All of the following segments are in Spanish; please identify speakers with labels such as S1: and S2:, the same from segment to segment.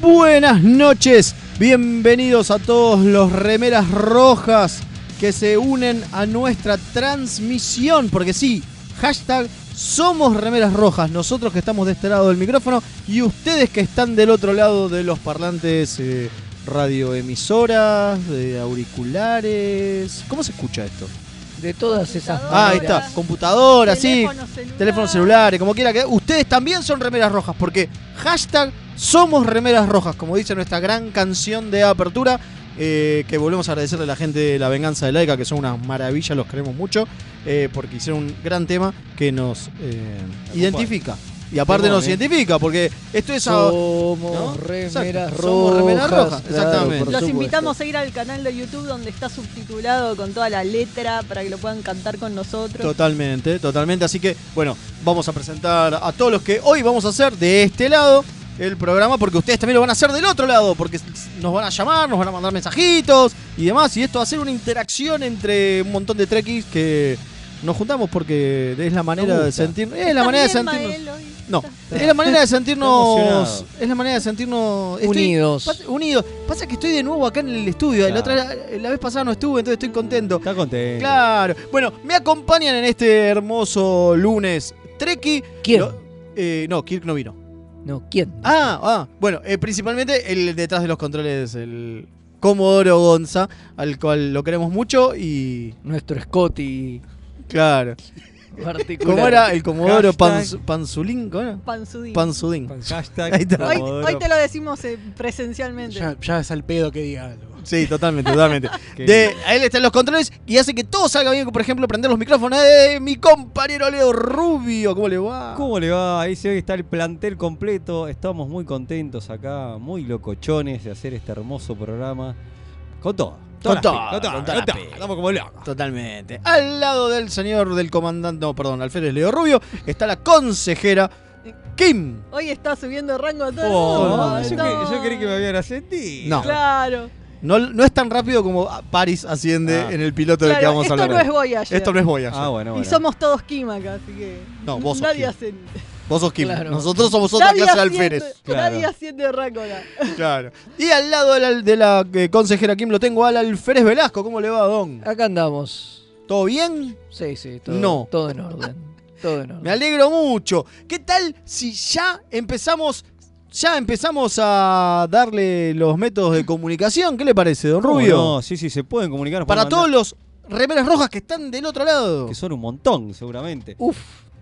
S1: Buenas noches, bienvenidos a todos los remeras rojas que se unen a nuestra transmisión, porque sí, hashtag somos remeras rojas, nosotros que estamos de este lado del micrófono y ustedes que están del otro lado de los parlantes eh, radioemisoras, de auriculares. ¿Cómo se escucha esto?
S2: De todas esas.
S1: Ah, ahí está.
S2: maneras.
S1: Computadora, sí.
S3: Teléfono celular.
S1: Teléfonos celulares, como quiera que. Ustedes también son remeras rojas, porque hashtag somos remeras rojas, como dice nuestra gran canción de apertura. eh, que volvemos a agradecerle a la gente de La Venganza de Laica, que son una maravilla, los queremos mucho, eh, porque hicieron un gran tema que nos eh, identifica. Y aparte
S2: Temón,
S1: nos
S2: eh.
S1: identifica, porque esto es. a- ¿no?
S2: Somos remeras
S1: Exacto,
S2: rojas.
S1: somos remeras rojas,
S2: claro,
S1: exactamente. Los
S2: por
S3: Los
S2: supuesto.
S3: invitamos a ir al canal de YouTube donde está subtitulado con toda la letra para que lo puedan cantar con nosotros.
S1: Totalmente, totalmente. Así que, bueno, vamos a presentar a todos los que hoy vamos a hacer de este lado el programa, porque ustedes también lo van a hacer del otro lado, porque nos van a llamar, nos van a mandar mensajitos y demás. Y esto va a ser una interacción entre un montón de trekkies que nos juntamos porque es la manera
S2: Me
S1: de
S2: gusta.
S1: sentir. Es la manera de sentirnos. No,
S2: Está-
S1: es la manera de sentirnos.
S2: emocionado.
S1: Es la manera de sentirnos.
S2: Unidos.
S1: pas- unidos. Pasa que estoy de nuevo acá en el estudio. La, otra,
S4: Claro.
S1: la vez pasada no estuve, entonces estoy contento.
S4: Está contento.
S1: Claro. Bueno, me acompañan en este hermoso lunes Treki.
S2: ¿Quién?
S1: Lo- eh, no, Kirk no vino.
S2: No, ¿quién?
S1: Ah, ah. Bueno, eh, principalmente el detrás de los controles, el Comodoro Gonza, al cual lo queremos mucho y.
S2: Nuestro Scotty
S1: Claro.
S2: particular.
S1: ¿Cómo era? El Comodoro
S4: Hashtag-
S1: Panz- Panzulín, ¿cómo era?
S3: Panzudín.
S1: Panzudín.
S4: Hashtag
S1: Ahí está.
S3: hoy,
S4: Pomodoro.
S3: hoy te lo decimos eh, presencialmente.
S5: Ya, ya es al pedo que diga algo.
S1: Sí, totalmente, totalmente.
S4: Que-
S1: De, a él están los controles y hace que todo salga bien, por ejemplo, prender los micrófonos de mi compañero Leo Rubio. ¿Cómo le va?
S4: ¿Cómo le va? Ahí se ve que está el plantel completo. Estamos muy contentos acá, muy locochones de hacer este hermoso programa. Con todo.
S1: Con
S4: las
S1: todo,
S4: pilas,
S1: con
S4: con
S1: todas las
S4: todo.
S1: pilas.
S4: Estamos como locos.
S1: Totalmente. Al lado del señor del comandante, no, perdón, Alférez Leo Rubio, está la consejera Kim.
S3: Hoy está subiendo rango a todo el
S4: Oh,
S3: mundo,
S4: yo,
S3: todo.
S4: cre- yo creí que me habían ascendido.
S1: No.
S3: Claro.
S1: No, no es tan rápido como Paris asciende
S4: Ah.
S1: en el piloto del que
S3: claro,
S1: vamos a
S3: esto
S1: hablar.
S3: no
S1: hoy.
S3: es Voyager.
S1: Esto no es Voyager.
S4: Ah, bueno,
S3: Y
S4: bueno.
S3: somos todos Kim acá, así que.
S1: No, vos sos
S3: Nadie
S1: Kim.
S3: hace.
S1: Vos sos Kim.
S2: Claro.
S1: Nosotros somos otra clase de alférez.
S4: Claro.
S3: Nadie asciende rango acá.
S1: Claro. Y al lado de la, de la, eh, consejera Kim lo tengo al alférez Velasco. ¿Cómo le va, Don?
S2: Acá andamos.
S1: ¿Todo bien?
S2: Sí, sí, todo,
S1: No.
S2: todo en orden. Todo en orden.
S1: Me alegro mucho. ¿Qué tal si ya empezamos, ya empezamos a darle los métodos de comunicación? ¿Qué le parece, Don
S4: ¿Cómo
S1: Rubio?
S4: No, sí, sí, se pueden comunicar. nos
S1: Para
S4: pueden
S1: todos
S4: mandar-
S1: los remeras rojas que están del otro lado.
S4: Que son un montón, seguramente.
S2: Uf,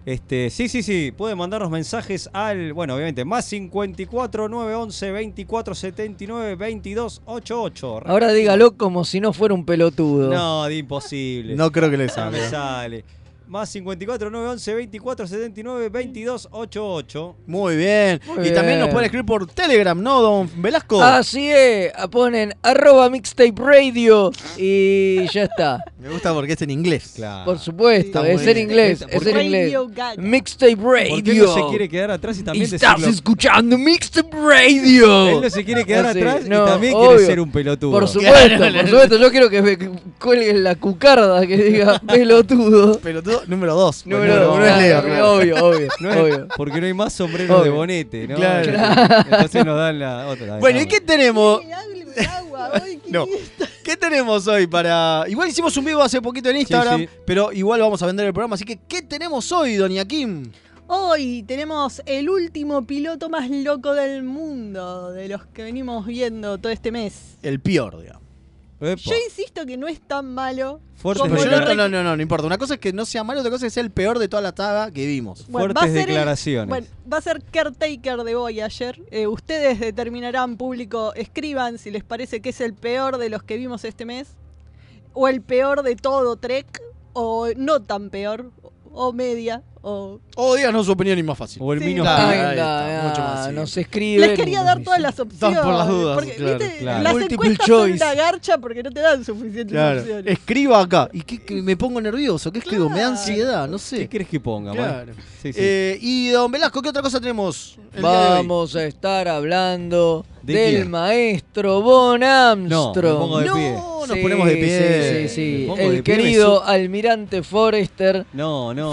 S4: Este, sí, sí, sí, pueden mandarnos mensajes al, bueno, obviamente, más 54 911 24 79 22 88.
S2: ahora dígalo como si no fuera un pelotudo.
S4: No, de imposible.
S1: No creo que les
S4: No Ah, me
S1: salga.
S4: sale. Más 54 911 24 79 22 88.
S1: Muy bien.
S2: Muy
S1: y
S2: bien. Ah,
S1: también nos pueden escribir por Telegram, ¿no, Don Velasco?
S2: Así es, ponen arroba mixtape radio y ya está.
S1: Me gusta porque es en inglés.
S4: Claro.
S2: Por supuesto,
S1: Está
S2: es
S1: muy
S2: en
S1: bien.
S2: inglés,
S4: ¿Por
S2: es
S4: qué-
S2: en inglés.
S3: Radio Gaga.
S2: Mixtape radio.
S4: ¿Por qué no se quiere quedar atrás y también
S2: Estás
S4: decirlo?
S2: escuchando Mixtape Radio.
S4: Él no se quiere quedar
S2: Ah, Sí,
S4: atrás
S2: no,
S4: y también
S2: obvio.
S4: quiere ser un pelotudo.
S2: Por supuesto, por supuesto, yo quiero que me cuelguen la cucarda que diga pelotudo.
S1: Pelotudo número dos.
S2: Número
S1: Bueno,
S2: dos,
S1: uno es Leo,
S2: claro,
S1: claro.
S2: obvio, obvio,
S4: No es-
S2: obvio.
S4: porque no hay más sombreros de
S2: Obvio.
S4: bonete, ¿no?
S1: Claro.
S4: Entonces nos dan la otra.
S1: Bueno, ¿y qué tenemos?
S3: Ay, hablen de agua, ay, ¿qué
S1: No.
S3: es?
S1: ¿Qué tenemos hoy para.? Igual hicimos un vivo hace poquito en Instagram,
S4: sí.
S1: pero igual vamos a vender el programa. Así que, ¿qué tenemos hoy, Doña Kim?
S3: Hoy tenemos el último piloto más loco del mundo, de los que venimos viendo todo este mes.
S1: El peor, digamos.
S4: Epa.
S3: Yo insisto que no es tan malo.
S4: Fuertes
S3: como
S1: Pero yo
S3: lo
S1: no,
S4: declaraciones.
S3: re-
S1: no, no, no, no importa. Una cosa es que no sea malo, otra cosa es que sea el peor de toda la saga que vimos.
S3: Bueno, va a
S4: Fuertes
S3: ser el-
S4: declaraciones.
S3: bueno, va a ser caretaker de Voyager. Eh, ustedes determinarán, público, escriban si les parece que es el peor de los que vimos este mes, o el peor de todo Trek, o no tan peor, o media, o...
S1: O díganos su opinión y más fácil.
S4: O el
S3: Sí,
S4: Mino
S1: claro.
S4: Paz.
S1: ahí
S2: Ay,
S1: está,
S2: nah,
S1: mucho más simple.
S2: Nos escriben.
S3: Les quería dar todas las opciones.
S1: por las dudas,
S3: porque,
S1: claro,
S3: ¿viste?
S4: claro.
S3: Las
S2: Multiple
S3: encuestas
S2: choice.
S3: son una garcha porque no te dan suficientes
S1: Claro.
S3: opciones.
S1: Escriba acá. ¿Y qué, qué me pongo nervioso? ¿Qué escribo? Me da
S3: Claro.
S1: ansiedad, no
S4: ¿Qué
S1: sé.
S4: querés que ponga, man?
S1: Claro.
S4: Sí, sí.
S1: Eh, y don Velasco, ¿qué otra cosa tenemos? el día de hoy?
S2: Vamos a estar hablando
S4: ¿De
S2: del
S4: quién?
S2: maestro Bon
S4: no, me
S2: Armstrong.
S4: pongo de
S1: No,
S4: pie.
S1: nos ponemos de pie.
S2: Sí, sí,
S4: Me
S2: sí.
S4: pongo
S2: El
S4: de pie, me
S2: querido
S4: su-
S2: almirante Forrester.
S4: No, no, no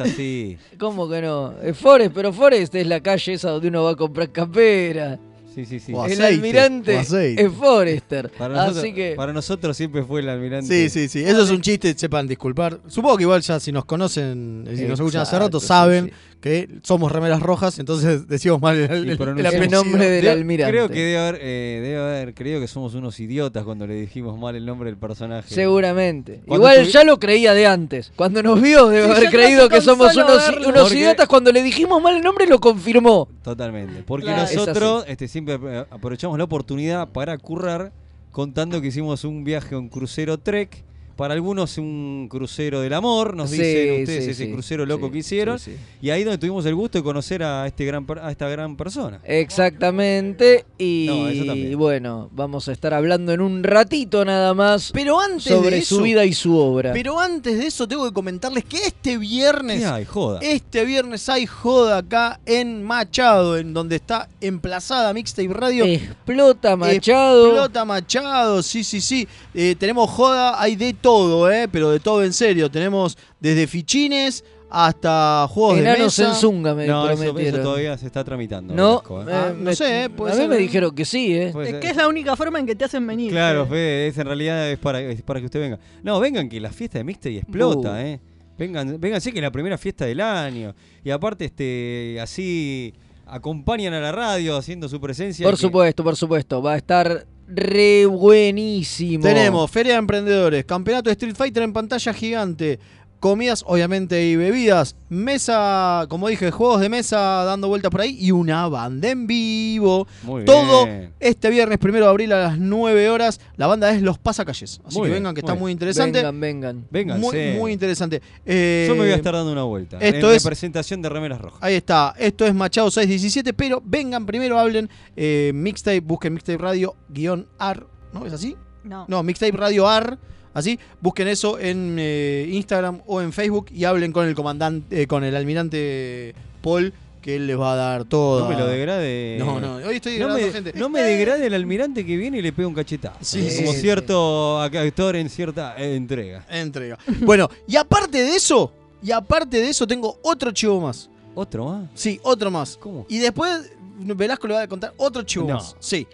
S4: es así.
S2: ¿Cómo que no? Eh, Forrest, pero Forrest es la calle esa donde uno va a comprar campera.
S4: Sí,
S6: Sí, sí, sí.
S1: Buah. O
S2: el
S1: aceite, o
S2: almirante
S1: aceite.
S2: es Forrester.
S6: Para
S2: Así
S6: nosotros,
S2: que.
S6: para nosotros siempre fue el almirante.
S1: Sí, sí, sí. Eso es un chiste, sepan disculpar. Supongo que igual ya si nos conocen, si nos escuchan hace
S2: Exacto,
S1: rato,
S2: sí,
S1: saben
S2: sí.
S1: que somos remeras rojas, entonces decimos mal el, el-
S6: Y
S1: el
S6: pronunciamos-
S1: apellido.
S2: El nombre del
S6: Deo-
S2: almirante.
S6: Creo que debe haber, eh, debe haber creído que somos unos idiotas cuando le dijimos mal el nombre del personaje.
S2: Seguramente.
S6: Cuando
S2: Igual
S6: tuvi-
S2: ya lo creía de antes. Cuando nos vio, debe
S3: Sí,
S2: haber
S3: yo creo
S2: creído
S3: que
S2: que
S3: con
S2: somos
S3: solo
S2: unos,
S3: verlo-
S2: unos
S6: Porque-
S2: idiotas. Cuando le dijimos mal el nombre, lo confirmó.
S6: Totalmente. Porque
S3: Claro. Es
S6: nosotros este, siempre eh, aprovechamos la oportunidad para currar contando que hicimos un viaje, un crucero trek. Para algunos un crucero del amor, nos
S2: Sí,
S6: dicen ustedes
S2: sí,
S6: ese
S2: sí.
S6: crucero loco
S2: Sí,
S6: que hicieron.
S2: sí, sí.
S6: Y ahí donde tuvimos el gusto de conocer a, este gran, per- a esta gran persona.
S2: Exactamente. Y
S6: No, eso también.
S2: bueno, vamos a estar hablando en un ratito nada más
S1: Pero antes de
S2: sobre
S1: eso,
S2: su vida y su obra.
S1: pero antes de eso tengo que comentarles que este
S6: ¿Qué
S1: viernes
S6: hay? Joda.
S1: Este viernes hay joda acá en Machado, en donde está emplazada Mixtape Radio.
S6: eh,
S1: Eh,
S2: Explota Machado.
S1: Explota Machado, sí, sí, sí. Eh, tenemos joda, hay de todo, eh, pero de todo en serio. Tenemos desde fichines hasta juegos
S2: Enanos
S1: de
S2: en
S1: mesa.
S2: Zunga me
S6: No, eso- eso,
S2: prometieron.
S6: todavía se está tramitando.
S2: No,
S6: Velasco, ¿eh?
S2: eh,
S1: Ah, no
S2: me-
S1: sé, eh, puede
S2: a mí
S1: ser.
S2: me dijeron que sí, ¿eh?
S6: Puede
S3: Eh,
S6: ser.
S3: que es la única forma en que te hacen venir.
S6: Claro,
S3: eh.
S6: Fede, es, en realidad es para, es para que usted venga. No, vengan que la fiesta de Mixte y explota,
S2: Uh.
S6: ¿eh? Vengan, vénganse que es la primera fiesta del año. Y aparte, este así acompañan a la radio haciendo su presencia.
S2: Por
S6: que-
S2: supuesto, por supuesto. Va a estar re buenísimo.
S1: Tenemos Feria de Emprendedores, Campeonato de Street Fighter en pantalla gigante, comidas obviamente y bebidas, mesa, como dije, juegos de mesa dando vueltas por ahí y una banda en vivo.
S6: Muy
S1: Todo
S6: bien.
S1: este viernes primero de abril a las 9 horas. La banda es Los Pasacalles. Así
S6: Muy
S1: que
S6: bien,
S1: vengan, que
S6: muy
S1: está
S6: bien.
S1: muy interesante.
S2: Vengan, vengan.
S6: Vénganse.
S1: Muy, muy interesante. Eh,
S6: Yo me voy a estar dando una vuelta.
S1: esto
S6: en
S1: es-
S6: representación de Remeras Rojas.
S1: Ahí está, esto es Machado 617, pero vengan primero, hablen eh, mixtape, busquen mixtape radio guión ar, ¿no? ¿Es así?
S3: No.
S1: No, Mixtape Radio AR. Así, busquen eso en eh, Instagram o en Facebook y hablen con el comandante, eh, con el almirante Paul, que él les va a dar todo.
S6: No me lo degrade.
S1: No, no, hoy estoy
S6: No
S1: degradando
S6: me,
S1: gente.
S6: no me degrade el almirante que viene y le pega un cachetazo.
S1: Sí,
S6: ¿eh? como
S2: sí,
S6: cierto actor en cierta eh, entrega.
S1: Entrega. Bueno, y aparte de eso, y aparte de eso, tengo otro chivo más.
S6: ¿Otro más?
S1: Sí, otro más.
S6: ¿Cómo?
S1: Y después Velasco le va a contar otro chivo
S6: No.
S1: más. Sí.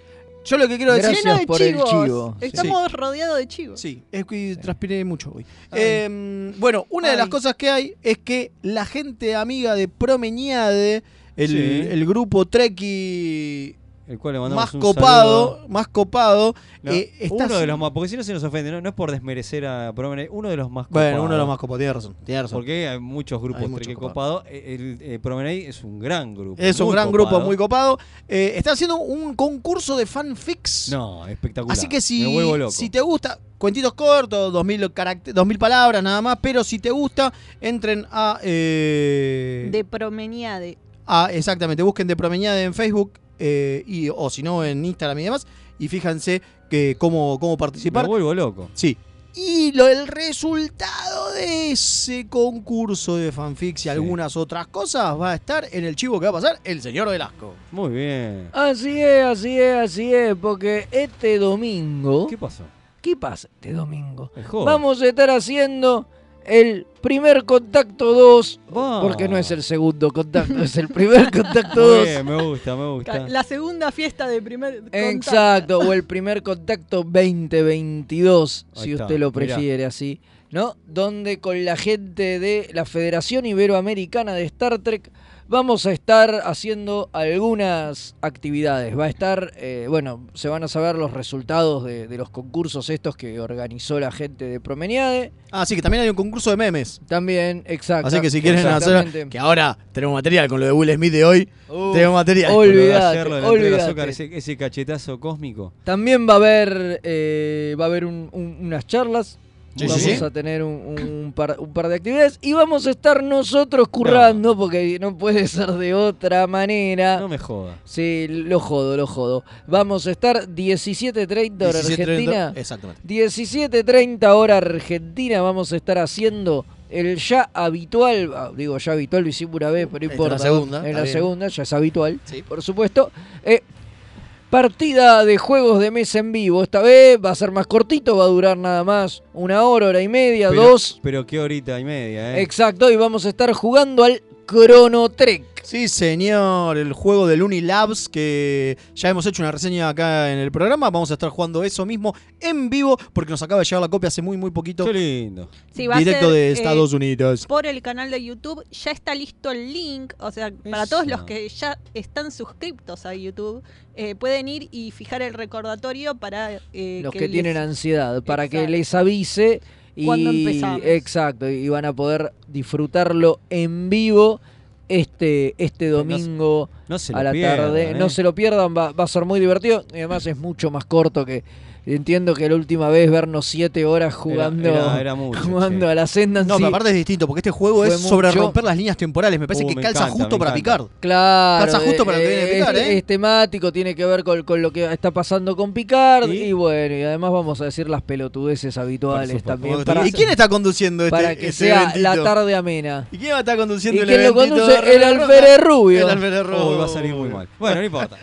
S1: Yo lo que quiero decir.
S2: Gracias
S3: Lleno de
S2: por el
S3: chivos.
S2: chivo.
S3: Estamos rodeados de chivos.
S1: Sí, es que transpiré mucho hoy.
S3: Ay.
S1: Eh, bueno, una de las
S3: Ay.
S1: cosas que hay es que la gente amiga de Promeñade, el,
S6: Sí.
S1: el grupo Treki
S6: El cual le mandamos
S1: más
S6: un
S1: copado,
S6: saludo.
S1: más copado,
S6: No,
S1: eh, está
S6: uno de
S1: haciendo-
S6: los más, porque si no se nos ofende, no, no es por desmerecer a Promenade, uno de los más copados.
S1: Bueno, uno de los más copados, tiene razón, tiene razón.
S6: Porque hay muchos grupos
S1: Hay muchos
S6: treque
S1: copados.
S6: copados. Eh, El, el Promenade es un gran grupo.
S1: es un
S6: muy
S1: gran
S6: copado.
S1: grupo, muy copado. Eh, está haciendo un concurso de fanfics.
S6: No, espectacular.
S1: Así que si,
S6: Me vuelvo loco.
S1: si te gusta, cuentitos cortos, 2000, caract- 2000 palabras nada más, pero si te gusta, entren a... eh,
S3: De promeniade.
S1: Ah, exactamente. Busquen de Promeñade en Facebook eh, y, o si no en Instagram y demás. Y fíjense que cómo, cómo
S6: Me
S1: participar.
S6: vuelvo loco.
S1: Sí. Y lo, el resultado de ese concurso de fanfics y algunas otras cosas va a estar en el chivo que va a pasar el señor Velasco.
S6: Muy bien.
S2: Así es, así es, así es. Porque este domingo.
S6: ¿Qué
S2: ¿Qué,
S6: pasó?
S2: pasa este domingo?
S6: El joven.
S2: Vamos a estar haciendo el primer contacto 2.
S6: Va.
S2: Porque no es el segundo contacto, es el primer contacto
S6: Oh. Muy
S2: 2.
S6: bien, me gusta, me gusta.
S3: La segunda fiesta de primer contacto.
S2: Exacto, o el primer contacto 2022,
S6: Ahí
S2: si
S6: está,
S2: usted lo
S6: mirá.
S2: prefiere así, ¿no? Donde con la gente de la Federación Iberoamericana de Star Trek vamos a estar haciendo algunas actividades. Va a estar, eh, bueno, se van a saber los resultados de, de los concursos estos que organizó la gente de Promeniade.
S1: Así Ah, que también hay un concurso de memes.
S2: También, exacto.
S1: Así que si quieren hacer. Que ahora tenemos material con lo de Will Smith de hoy. tenemos material.
S2: hoy-
S6: Lo de
S2: olvidate,
S6: ayer, lo de la entrega de
S2: olvidate.
S6: azúcar, ese, ese cachetazo cósmico.
S2: También va a haber, eh, va a haber un- un- unas charlas.
S1: Sí,
S2: vamos
S1: sí, sí.
S2: a tener un, un par, un par de actividades y vamos a estar nosotros currando porque no puede ser de otra
S1: Ah.
S2: manera.
S6: No me joda.
S2: Sí, lo jodo, lo jodo. Vamos a estar 17.30 hora
S1: 17.30.
S2: Argentina.
S1: Exactamente.
S2: 17.30 hora Argentina vamos a estar haciendo el ya habitual, ah, digo ya habitual, lo hicimos una vez, pero no
S1: la
S2: importa.
S1: segunda,
S2: En
S1: está
S2: la
S1: bien.
S2: segunda, ya es habitual,
S1: Sí.
S2: por supuesto. Eh, partida de juegos de mesa en vivo. Esta vez va a ser más cortito, va a durar nada más una hora, hora y media,
S6: Pero-
S2: dos.
S6: Pero qué horita y media, ¿eh?
S2: Exacto, y vamos a estar jugando al Chrono Trek.
S1: Sí, señor, el juego del Unilabs que ya hemos hecho una reseña acá en el programa. Vamos a estar jugando eso mismo en vivo porque nos acaba de llegar la copia hace muy, muy poquito.
S6: Qué lindo.
S3: Sí, va a
S1: directo
S3: ser,
S1: de
S3: eh,
S1: Estados Unidos.
S3: Por el canal de YouTube ya está listo el link, o sea, para todos los que ya están suscriptos a YouTube, eh, pueden ir y fijar el recordatorio para eh,
S2: Los que, tienen
S3: les-
S2: ansiedad, para que
S3: Exacto.
S2: les avise. Y,
S3: Cuando empezamos.
S2: Exacto, y van a poder disfrutarlo en vivo este, este
S6: no se-
S2: domingo
S6: No se
S2: a la
S6: lo pierdan,
S2: tarde.
S6: ¿eh?
S2: No se lo pierdan, va, va a ser muy divertido. Y además es mucho más corto que... Entiendo que la última vez vernos siete horas
S6: Era-
S2: jugando,
S6: era- era mucho,
S2: jugando
S6: sí.
S2: a la senda.
S1: No, pero aparte es distinto porque este juego
S2: Fue
S1: es sobre
S2: mucho.
S1: romper las líneas temporales. Me parece
S6: Uh,
S1: que
S6: me
S1: calza
S6: encanta,
S1: justo
S6: me
S1: para
S6: encanta.
S1: picar.
S2: Claro.
S1: Calza justo para lo que viene
S2: eh,
S1: Picard,
S2: es,
S1: ¿eh?
S2: es temático, tiene que ver con, con lo que está pasando con Picard.
S6: ¿Y?
S2: ¿Y? bueno, y además vamos a decir las pelotudeces habituales
S6: supuesto.
S2: también.
S1: ¿Y
S2: Para,
S1: quién está conduciendo este
S2: para que
S1: este
S2: sea la
S1: eventito?
S2: tarde amena.
S1: ¿Y quién va a estar
S2: Y
S1: conduciendo el
S2: quien lo
S1: eventito
S2: conduce,
S1: de
S2: el
S1: Remera Roja?
S2: alférez rubio.
S1: El alférez
S6: Oh,
S1: rubio.
S6: va a salir muy mal. Bueno, no importa.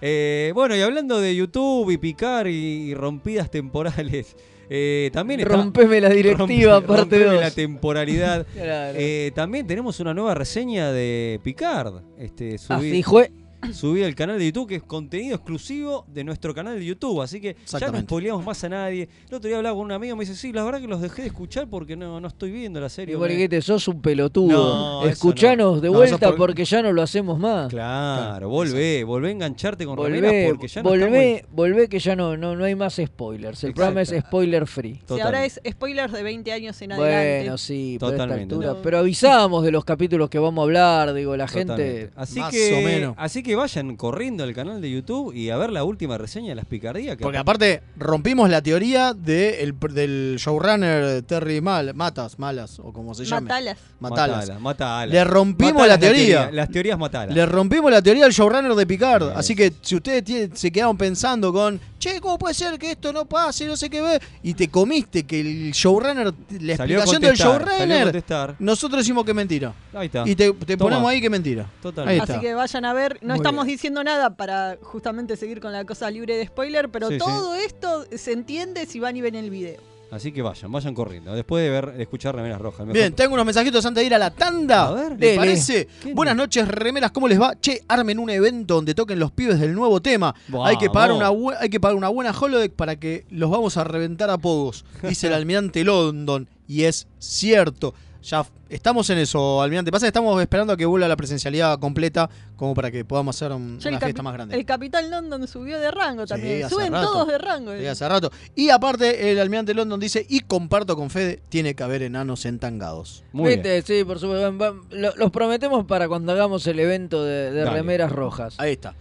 S6: Eh, bueno, y hablando de YouTube y picar y, y rompidas temporales, eh, también está-
S2: Rompeme la directiva,
S6: rompe-
S2: parte
S6: rompeme la
S2: 2.
S6: temporalidad. Eh, también tenemos una nueva reseña de Picard. Este, subí,
S2: Así fue.
S6: subí al canal de YouTube, que es contenido exclusivo de nuestro canal de YouTube. Así que ya no
S1: Exactamente.
S6: spoileamos más a nadie. El otro día hablaba con un amigo, me dice, sí, la verdad que los dejé de escuchar porque no, no estoy viendo la serie.
S2: Y vos le
S6: me-
S2: dijiste, sos un pelotudo.
S6: No, eso
S2: Escuchanos de
S1: No,
S2: vuelta
S1: eso por-
S2: porque ya no lo hacemos más.
S6: Claro, volvé, volvé a engancharte con remeras
S2: Volvé,
S6: porque ya no
S2: volvé,
S6: estamos
S2: volvé que ya no, no, no hay más spoilers. El programa es
S6: Exacto.
S2: spoiler free.
S3: Si ahora es spoilers de 20 años en adelante.
S2: Bueno, sí, por esta
S6: Totalmente.
S2: altura.
S3: No.
S2: Pero avisamos de los capítulos que vamos a hablar, digo, la gente.
S6: Totalmente. Ah, Así
S1: Más
S6: que,
S1: o menos.
S6: Así que vayan corriendo al canal de YouTube y a ver la última reseña de las picardías. Que
S1: Porque aparte rompimos la teoría de el- del showrunner Terry Mal, Matas, Malas, o como se llame.
S3: Matalas.
S1: Matalas.
S6: Matala, matala.
S1: Le rompimos la
S6: Matalas
S1: teoría.
S6: Las teorías matalas.
S1: Le rompimos la teoría al showrunner de Picard.
S6: Sí.
S1: Así que si ustedes tie- se quedaron pensando con, che, ¿cómo puede ser que esto no pase? No sé qué ve. Y te comiste que el showrunner, la
S6: Salió a
S1: explicación del
S6: contestar, salió a
S1: showrunner,
S6: contestar.
S1: nosotros decimos que es mentira.
S6: Ahí está.
S1: Y te, te
S6: Toma.
S1: ponemos ahí que es mentira.
S6: Totalmente.
S1: Ahí está.
S3: Así que vayan a ver, no
S1: Muy
S3: estamos diciendo nada para justamente seguir con la cosa libre de spoiler, pero
S6: Sí, sí.
S3: todo esto se entiende si van y ven el video.
S6: Así que vayan, vayan corriendo. Después de ver, de escuchar Remeras Rojas. el mejor-
S1: Bien, tengo unos mensajitos antes de ir a la tanda.
S6: A ver,
S1: ¿Le
S2: dele.
S1: parece?
S6: ¿Qué
S1: Buenas
S6: no?
S1: noches, remeras, ¿cómo les va? Che, armen un evento donde toquen los pibes del nuevo tema. Hay que, pagar una
S6: Vamos.
S1: bu- hay que pagar una buena holodeck para que los vamos a reventar a pocos, dice el almirante London. Y es cierto. Ya f- estamos en eso, almirante. Pasa que estamos esperando a que vuelva la presencialidad completa, como para que podamos hacer un-
S3: Yo
S1: una
S3: el capi-
S1: fiesta más grande.
S3: El Capitán London subió de rango
S1: Sí,
S3: también.
S1: hace
S3: Suben
S1: rato.
S3: todos de rango.
S1: Lo dije hace rato. Y aparte, el almirante London dice, y comparto con Fede, tiene que haber enanos entangados.
S6: Muy bien.
S2: Viste, Sí, por supuesto. van- van- lo- Los prometemos para cuando hagamos el evento de, de
S6: Dale.
S2: remeras rojas.
S1: Ahí está.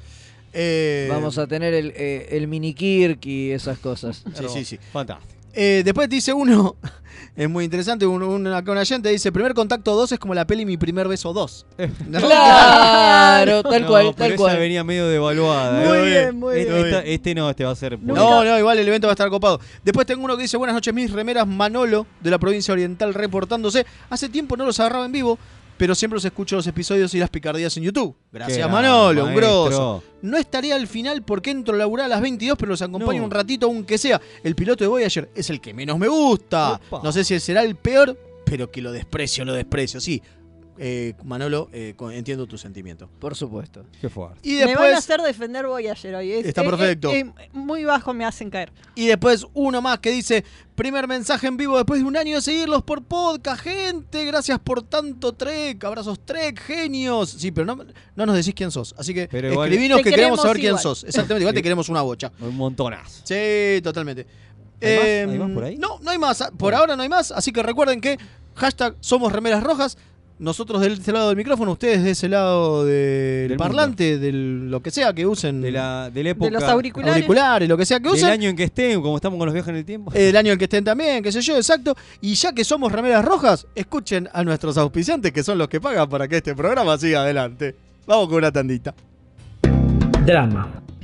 S1: Eh,
S2: Vamos a tener el, eh, el mini Kirk y esas cosas.
S1: Sí, sí, sí.
S6: Fantástico.
S1: Eh, después dice uno, es muy interesante, un, un, acá un oyente dice, primer contacto 2 es como la peli Mi primer beso 2.
S6: Eh.
S1: ¿No?
S2: Claro, tal
S6: No,
S2: cual,
S6: pero
S2: tal
S6: esa
S2: cual.
S6: venía medio devaluada.
S3: Muy
S6: ¿eh?
S3: bien, muy
S6: Este-
S1: bien.
S6: esta- este no, este va a ser.
S1: No, no, igual el evento va a estar copado. Después tengo uno que dice, buenas noches mis remeras, Manolo, de la provincia oriental, reportándose. Hace tiempo no los agarraba en vivo, pero siempre los escucho los episodios y las picardías en YouTube. Gracias
S6: Qué
S1: Manolo, un
S6: grande,
S1: grosso.
S6: maestro.
S1: No estaré al final porque entro a laburar a las 22, pero los acompaño
S6: No.
S1: un ratito aunque sea. El piloto de Voyager es el que menos me gusta.
S6: Opa.
S1: No sé si será el peor, pero que lo desprecio, lo desprecio. Sí, Eh, Manolo, eh, con- entiendo tu sentimiento.
S2: Por supuesto.
S6: Qué fuerte.
S1: Y
S3: Me van a
S1: después,
S3: hacer defender Voyager hoy. Es-
S1: Está
S3: eh, eh,
S1: perfecto.
S3: eh, muy bajo me hacen caer.
S1: y después uno más que dice, primer mensaje en vivo después de un año de seguirlos por podcast, gente. Gracias por tanto Trek. Abrazos Trek, genios. Sí, pero no, no nos decís quién sos. Así que
S6: Pero igual-
S1: escribinos
S3: Te
S1: que queremos
S3: queremos
S1: saber quién
S3: igual.
S1: sos. Exactamente, igual te
S6: Sí.
S1: queremos una bocha.
S6: Un montonazo.
S1: Sí, totalmente.
S6: ¿Hay más?
S1: Eh,
S6: ¿Hay más por ahí?
S1: No, no hay más. Por
S6: Bueno.
S1: ahora no hay más. Así que recuerden que hashtag somos remeras rojas. Nosotros de este lado del micrófono, ustedes de ese lado del,
S6: Del
S1: parlante, del lo que sea que usen.
S6: De la, de la época.
S3: los auriculares.
S1: auriculares, lo que sea que
S6: Del
S1: usen.
S6: año en que estén, como estamos con los viajes en el tiempo.
S1: El año en que estén también, qué sé yo, exacto. Y ya que somos remeras rojas, escuchen a nuestros auspiciantes que son los que pagan para que este programa siga adelante. Vamos con una tandita.
S7: Drama.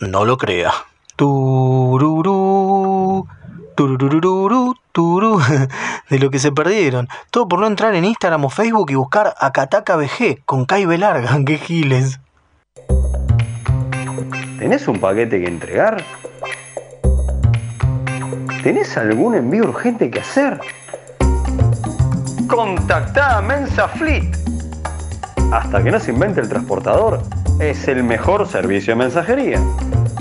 S8: no lo crea. Tururú. Tururururú, turú. De lo que se perdieron. Todo por no entrar en Instagram o Facebook y buscar a Kataka BG con Kai B larga. ¡Qué giles!
S9: ¿Tenés un paquete que entregar? ¿Tenés algún envío urgente que hacer? Contactá a Mensa Fleet. Hasta que no se invente el transportador, es el mejor servicio de mensajería.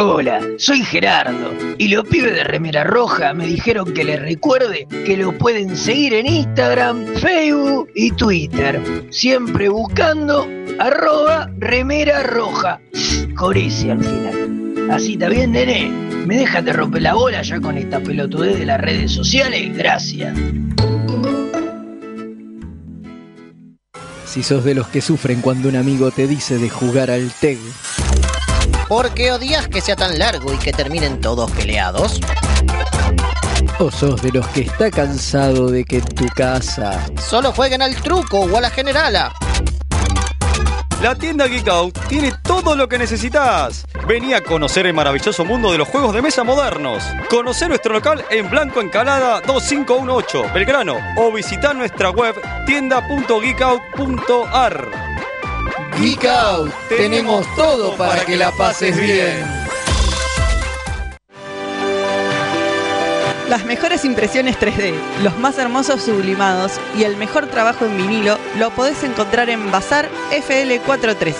S2: Hola, soy Gerardo y los pibes de Remera Roja me dijeron que les recuerde que lo pueden seguir en Instagram, Facebook y Twitter. Siempre buscando arroba Remera Roja. Con ese al final. Así está bien, nene. Me dejas de romper la bola ya con esta pelotudez de las redes sociales. Gracias.
S10: Si sos de los que sufren cuando un amigo te dice de jugar al TEG.
S11: ¿Por qué odias que sea tan largo y que terminen todos peleados?
S10: O sos de los que está cansado de que en tu casa.
S11: Solo jueguen al truco o a la generala.
S6: La tienda Geek Out tiene todo lo que necesitas. Vení a conocer el maravilloso mundo de los juegos de mesa modernos. Conocer nuestro local en Blanco Encalada 2518, Belgrano, o visitar nuestra web tienda.geekout.ar.
S10: Geek Out, tenemos todo para que la pases bien.
S3: Las mejores impresiones 3D, los más hermosos sublimados y el mejor trabajo en vinilo lo podés encontrar en Bazar FL413.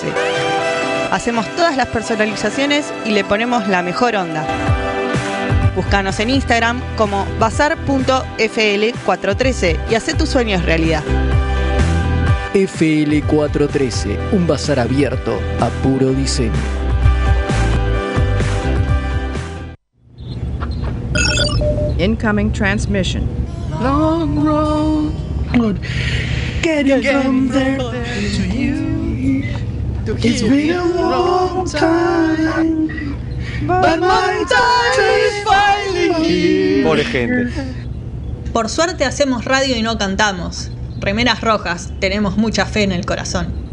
S3: Hacemos todas las personalizaciones y le ponemos la mejor onda. Búscanos en Instagram como bazar.fl413 y haz tus sueños realidad.
S10: FL413, un bazar abierto a puro diseño.
S12: Incoming transmission. Long road. Good. Getting from there to you. It's been a long time. But my time is finally here.
S6: Pobre gente.
S13: Por suerte hacemos radio y no cantamos. Remeras rojas, tenemos mucha fe en el corazón.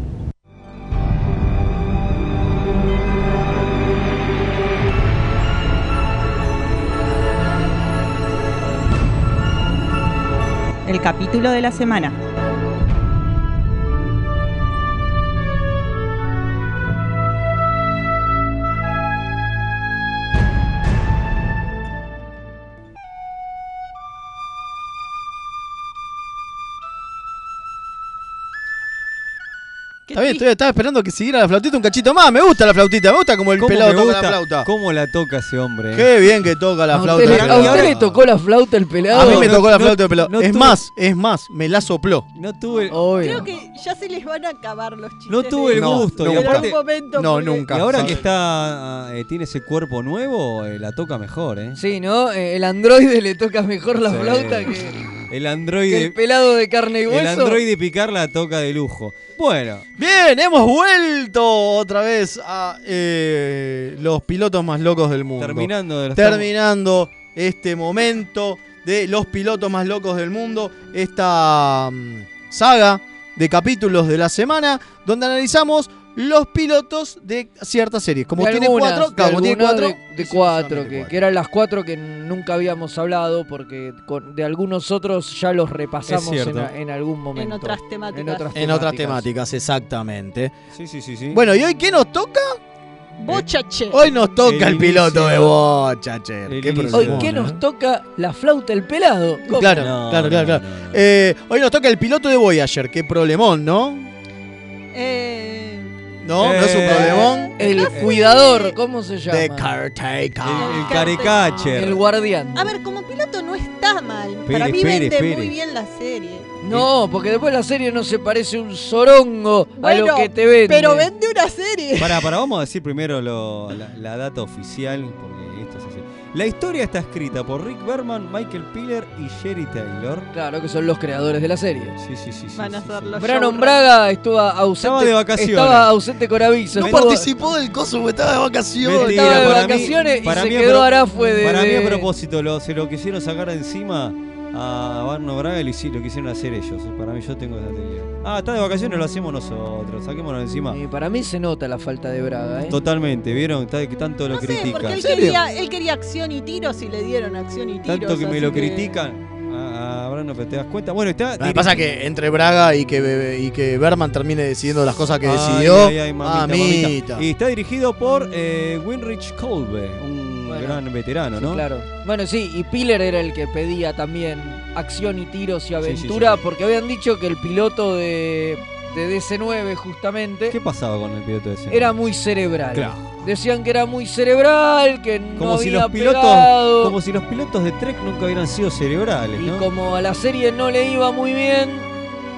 S14: El capítulo de la semana.
S1: Está bien, estoy- estaba esperando que siguiera la flautita un cachito más. Me gusta la flautita, me gusta como el
S6: ¿Cómo
S1: pelado
S6: me
S1: toca
S6: gusta
S1: la flauta.
S6: ¿Cómo la toca ese hombre? eh?
S1: Qué bien que toca la
S10: A
S1: flauta.
S10: usted le-
S1: el
S10: a usted
S1: pelado.
S10: le tocó la flauta el pelado.
S1: A mí me
S10: No,
S1: tocó la
S10: no,
S1: flauta de pelado.
S10: no
S1: es
S10: tuve-
S1: más, es más, me la sopló.
S6: No tuve.
S3: Creo que ya se les van a acabar los chistes.
S6: No tuve el
S1: No,
S6: gusto. y
S1: nunca.
S6: aparte-
S3: Pero un momento,
S1: No, porque- nunca.
S6: Y ahora
S1: Sabe.
S6: que está eh, tiene ese cuerpo nuevo, eh, la toca mejor, ¿eh?
S10: Sí, ¿no? Eh, El androide le toca mejor la
S6: Sí.
S10: flauta que,
S6: El
S10: que
S6: androide.
S10: el pelado de carne y hueso.
S6: El androide picar la toca de lujo. Bueno,
S1: Bien, hemos vuelto otra vez a eh, los pilotos más locos del mundo.
S6: terminando de los
S1: Terminando este momento de los pilotos más locos del mundo, esta mm, saga de capítulos de la semana, donde analizamos los pilotos de ciertas series. Como
S2: De
S1: tiene
S2: algunas,
S1: cuatro,
S2: de
S1: claro, como tiene
S2: algunas
S1: cuatro.
S2: de- De, cuatro, que, que eran las cuatro que nunca habíamos hablado porque con- de algunos otros ya los repasamos
S1: Es
S2: en,
S1: cierto.
S2: a- en algún momento.
S3: otras temáticas.
S2: En otras
S1: En otras temáticas, exactamente.
S4: Sí, sí, sí, sí.
S1: Bueno, ¿y hoy qué nos toca?
S3: Bochache.
S1: Hoy nos toca el,
S4: El
S1: piloto
S4: inicio.
S1: de Bocha, che. Qué
S2: Hoy,
S1: problemón,
S2: ¿qué
S1: ¿eh?
S2: nos toca? La flauta, el pelado. ¿Cómo?
S1: Claro, claro, claro. claro. Eh, hoy nos toca el piloto de Voyager. Qué problemón, ¿no? No, no es un
S6: Eh,
S1: problemón.
S2: El cuidador, ¿cómo se llama?
S1: The caretaker.
S6: El, el caricacher.
S2: El guardián.
S3: A ver, como piloto no está mal. Para
S2: Espere,
S3: mí
S2: espere,
S3: vende
S2: espere.
S3: muy bien la serie.
S2: No, porque después la serie no se parece un sorongo a
S3: Bueno,
S2: lo que te vende.
S3: Pero vende una serie.
S6: Para, para, vamos a decir primero lo- la, la data oficial, porque esto es así. La historia está escrita por Rick Berman, Michael Piller y Sherry Taylor.
S2: Claro, que son los creadores de la serie.
S6: Sí, sí, sí. sí,
S3: Van a
S6: sí,
S3: ser
S6: sí.
S3: los
S2: Brandon Braga estuvo ausente.
S6: Estaba de vacaciones.
S2: Estaba ausente con aviso.
S1: No
S2: estuvo-
S1: participó del coso, estaba de vacaciones.
S6: Mentira,
S2: estaba de
S6: para mí-
S2: vacaciones y
S6: para
S2: se
S6: mí a
S2: quedó
S6: pro-
S2: Arafue de.
S6: Para mí
S2: de-
S6: a propósito, lo, se lo quisieron sacar de encima a Barno Braga y lo, hici- lo quisieron hacer ellos. Para mí yo tengo esa teoría. Ah, está de vacaciones, lo hacemos nosotros, saquémonos de encima.
S2: Y Eh, para mí se nota la falta de Braga, ¿eh?
S6: Totalmente, ¿vieron? Está- que tanto lo critican.
S3: Porque él quería, él quería acción y tiros y le dieron acción y tiros.
S6: Tanto que me
S3: así
S6: lo critican. A, a Brandon, pero te das cuenta. Bueno, está.
S1: Lo que pasa es que entre Braga y que, y que Berman termine decidiendo las cosas que
S6: Ay,
S1: decidió.
S6: ay, ay, mamita,
S1: mamita.
S6: mamita. Y está dirigido por eh, Winrich Colbe, un
S2: Bueno.
S6: gran veterano,
S2: Sí,
S6: ¿no?
S2: Claro. Bueno, sí, y Piller era el que pedía también acción y tiros y
S6: sí, sí.
S2: aventura, porque habían dicho que el piloto de, de DC9, justamente,
S6: ¿Qué pasaba con el piloto de ese?
S2: era muy cerebral.
S6: Claro.
S2: Decían que era muy cerebral, que no
S6: como si
S2: había
S6: los pilotos,
S2: pegado,
S6: como si los pilotos de Trek nunca hubieran sido cerebrales,
S2: y
S6: ¿no?
S2: como a la serie no le iba muy bien,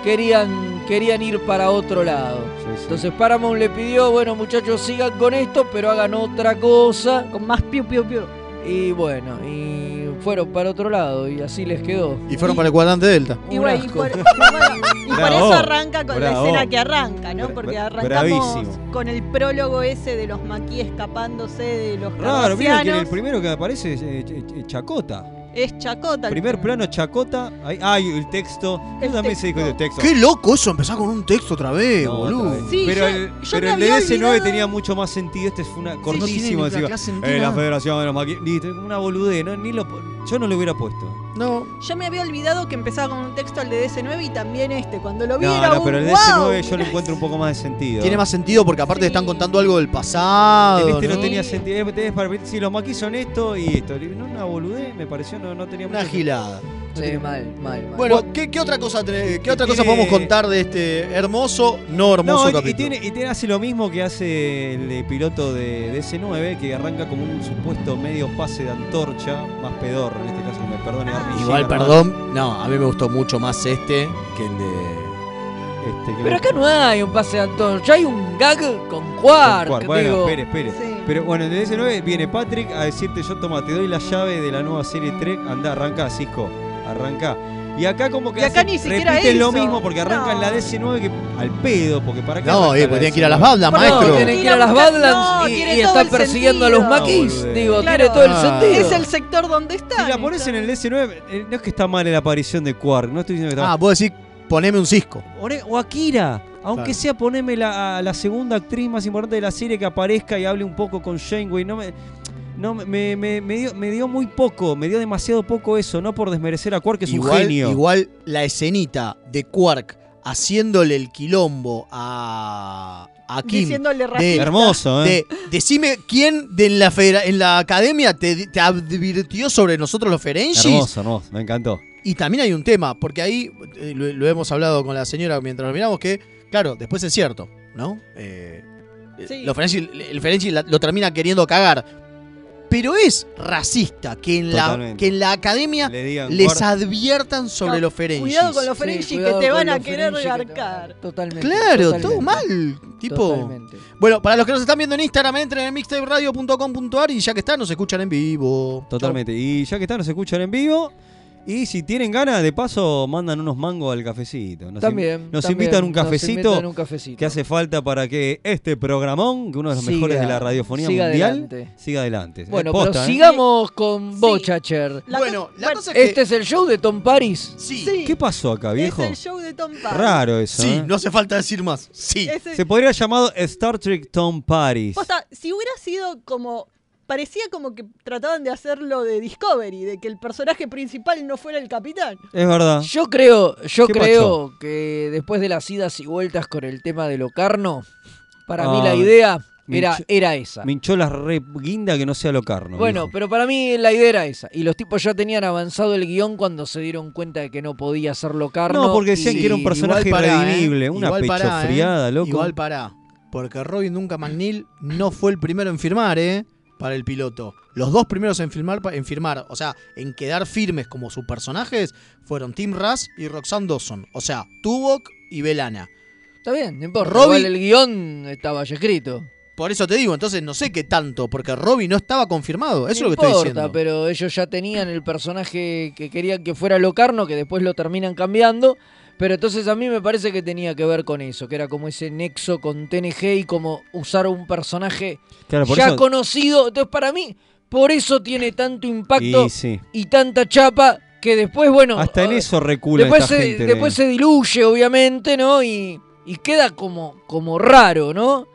S2: querían, querían ir para otro lado. Entonces Paramount le pidió, bueno muchachos, sigan con esto, pero hagan otra cosa.
S3: Con más piu piu piu.
S2: Y bueno, y fueron para otro lado y así les quedó.
S1: Y fueron para el cuadrante Delta.
S3: Y
S2: Un
S3: bueno, y
S2: asco.
S3: por, y bueno, y por
S1: Bravo,
S3: eso arranca con
S1: bravo.
S3: la escena que arranca, ¿no? Porque
S1: bra-
S3: arrancamos
S6: bravísimo.
S3: con el prólogo ese de los maquis escapándose de los
S6: Raro, mira que el
S3: cardassianos.
S6: primero que aparece es eh, Ch- Ch- Chacota.
S3: Es Chacota. el
S6: Primer plano Chacota. Ahí, ay, el texto. Yo también se dijo el texto.
S1: Qué loco eso, empezar con un texto otra vez,
S6: No,
S1: boludo.
S6: otra vez. pero
S1: yo-
S6: el,
S1: yo
S6: pero
S1: me
S6: el de
S1: había
S6: DC9
S1: olvidado.
S6: tenía mucho más sentido. Este fue una
S1: tiene
S6: cortísima.
S1: ni la clase entera.
S6: la Federación de los Maquis. listo, Una boludez, ¿no? Ni lo, po- yo no lo hubiera puesto.
S1: No.
S3: Yo me había olvidado que empezaba con un texto al de DC9 y también este. Cuando lo vi
S6: No,
S3: era
S6: no,
S3: un
S6: pero el
S3: wow.
S6: DC9 yo le encuentro un poco más de sentido.
S1: Tiene más sentido porque aparte están contando algo del pasado.
S6: En este no
S1: ¿no?
S6: tenía sentido. Este es para- Si los maquis son esto y esto. No, una boludez, me pareció, no, no tenía
S1: Una
S6: mucho-
S1: gilada.
S2: Sí, mal, mal, mal.
S1: Bueno, ¿qué, qué otra cosa tenés- qué otra
S6: Tiene-
S1: cosa podemos contar de este hermoso, no hermoso
S6: No, y- y,
S1: capítulo?
S6: tiene, y tiene- hace lo mismo que hace el de piloto de DC9, que arranca como un supuesto medio pase de antorcha, más pedorro en este caso, que me perdone. Armin
S1: Igual,
S6: Shimerman.
S1: perdón, no, a mí me gustó mucho más este que el de.
S6: Este, que
S2: Pero
S6: me-
S2: acá no hay un pase de Antonio, ya hay un gag con Quark.
S6: Cuar- Bueno,
S2: digo.
S6: espere, espere. Pero bueno, en el DC9 viene Patrick a decirte, yo toma, te doy la llave de la nueva serie Trek, anda, arranca, Cisco, arranca. Y acá como que
S3: Y acá
S6: hacen-
S3: ni siquiera
S6: repiten lo
S3: eso.
S6: mismo porque arranca en la DC9 que al pedo, porque para acá.
S1: No, eh, porque tienen que ir a las Badlands,
S2: Perdón,
S1: maestro.
S2: Tienen que ir a las Badlands y,
S3: tiene
S2: y
S3: todo
S2: están
S3: el
S2: persiguiendo a los
S6: sentido.
S2: maquis.
S6: No,
S2: digo,
S3: Claro.
S2: tiene todo el
S6: Ah.
S2: sentido.
S3: Es el sector donde está.
S6: Si la pones en el DC9, eh, no es que está mal la aparición de Quark, no estoy diciendo que está
S1: Ah,
S6: mal.
S1: vos decís, poneme un cisco.
S6: Ore- O Akira, aunque
S1: Ah. Claro.
S6: sea poneme la, a la segunda actriz más importante de la serie que aparezca y hable un poco con Janeway. No me, no, me, me- me dio, me dio muy poco, me dio demasiado poco eso, no por desmerecer a Quark, que es un
S1: igual,
S6: genio.
S1: igual la escenita de Quark haciéndole el quilombo a, a Kim.
S3: Diciéndole racista.
S6: Hermoso, ¿eh?
S1: de- decime quién de en la, federa- en la academia te, te advirtió sobre nosotros los Ferengis.
S6: hermoso, ¿eh? hermoso, me encantó.
S1: Y también hay un tema, porque ahí eh, lo, lo hemos hablado con la señora mientras lo miramos, que, claro, después es cierto, ¿no? Eh,
S3: Sí.
S1: lo Ferengi- el Ferengi la- lo termina queriendo cagar. Pero es racista que en, la,
S6: Totalmente.
S1: que en la academia
S6: Le digan,
S1: les
S6: "Guarda".
S1: adviertan sobre
S3: No,
S1: los Ferengis.
S3: Cuidado con los Ferengi
S2: Sí,
S3: que
S2: cuidado
S3: te
S2: con
S3: van a
S2: los
S3: querer
S2: Ferengi que te van a-
S3: garcar.
S2: Totalmente.
S1: Claro, todo
S2: totalmente.
S1: mal. Tipo.
S2: Totalmente.
S1: Bueno, para los que nos están viendo en Instagram, entren en mixtaperadio.com.ar y ya que están, nos escuchan en vivo.
S6: Totalmente. Y ya que está, nos escuchan en vivo. Y si tienen ganas, de paso, mandan unos mangos al cafecito. Nos
S2: También,
S6: in- Nos
S2: también,
S6: invitan un
S2: nos
S6: cafecito.
S2: invitan un cafecito.
S6: Que hace falta para que este programón, que uno de los
S2: Siga,
S6: mejores de la radiofonía
S2: siga
S6: mundial,
S2: adelante.
S6: siga adelante.
S2: Bueno,
S6: Eh,
S2: pero
S6: posta, ¿eh?
S2: sigamos con Bochacher.
S1: Bueno, la cosa es que-
S2: Este es el show de Tom Paris.
S1: Sí.
S6: ¿Qué pasó acá, viejo?
S3: Es el show de Tom Parr.
S6: Raro eso.
S1: Sí,
S6: ¿eh?
S1: no hace falta decir más. Sí.
S3: Es el-
S6: Se podría haber llamado Star Trek Tom Paris.
S3: Posta, si hubiera sido como. Parecía como que trataban de hacerlo de Discovery, de que el personaje principal no fuera el capitán.
S6: Es verdad.
S2: Yo creo, yo
S6: ¿Qué
S2: creo que después de las idas y vueltas con el tema de Locarno, para mí la
S6: Ah,
S2: idea
S6: me
S2: era,
S6: hinchó-
S2: era esa.
S6: Me hinchó la re guinda que no sea locarno.
S2: Bueno,
S6: viejo.
S2: pero para mí la idea era esa. Y los tipos ya tenían avanzado el guión cuando se dieron cuenta de que no podía ser Locarno.
S6: No, porque decían
S2: y-
S6: que era un personaje
S1: Igual pará,
S6: irredimible,
S1: ¿eh?
S6: una
S1: Igual pará,
S6: pechofriada,
S1: ¿eh?
S6: loco.
S1: Igual pará. Porque Robin Duncan McNeil no fue el primero en firmar, ¿eh? Para el piloto. Los dos primeros en firmar, en firmar, o sea, en quedar firmes como sus personajes, fueron Tim Russ y Roxanne Dawson. O sea, Tuvok y Belana.
S2: Está bien, no importa.
S1: Robbie-
S2: Igual el guión estaba ya escrito.
S1: Por eso te digo, entonces no sé qué tanto, porque Robin no estaba confirmado. Eso
S2: No
S1: es lo que estoy
S2: importa,
S1: diciendo.
S2: pero ellos ya tenían el personaje que querían que fuera Locarno, que después lo terminan cambiando. Pero entonces a mí me parece que tenía que ver con eso, que era como ese nexo con TNG y como usar un personaje
S6: Claro, por
S2: ya
S6: eso-
S2: conocido. Entonces para mí, por eso tiene tanto impacto
S6: Y sí.
S2: y tanta chapa que después, bueno, eh,
S6: Hasta en eso recula
S2: después,
S6: esta
S2: se,
S6: gente. de-
S2: después se diluye, obviamente, ¿no? Y, y queda como, como raro, ¿no?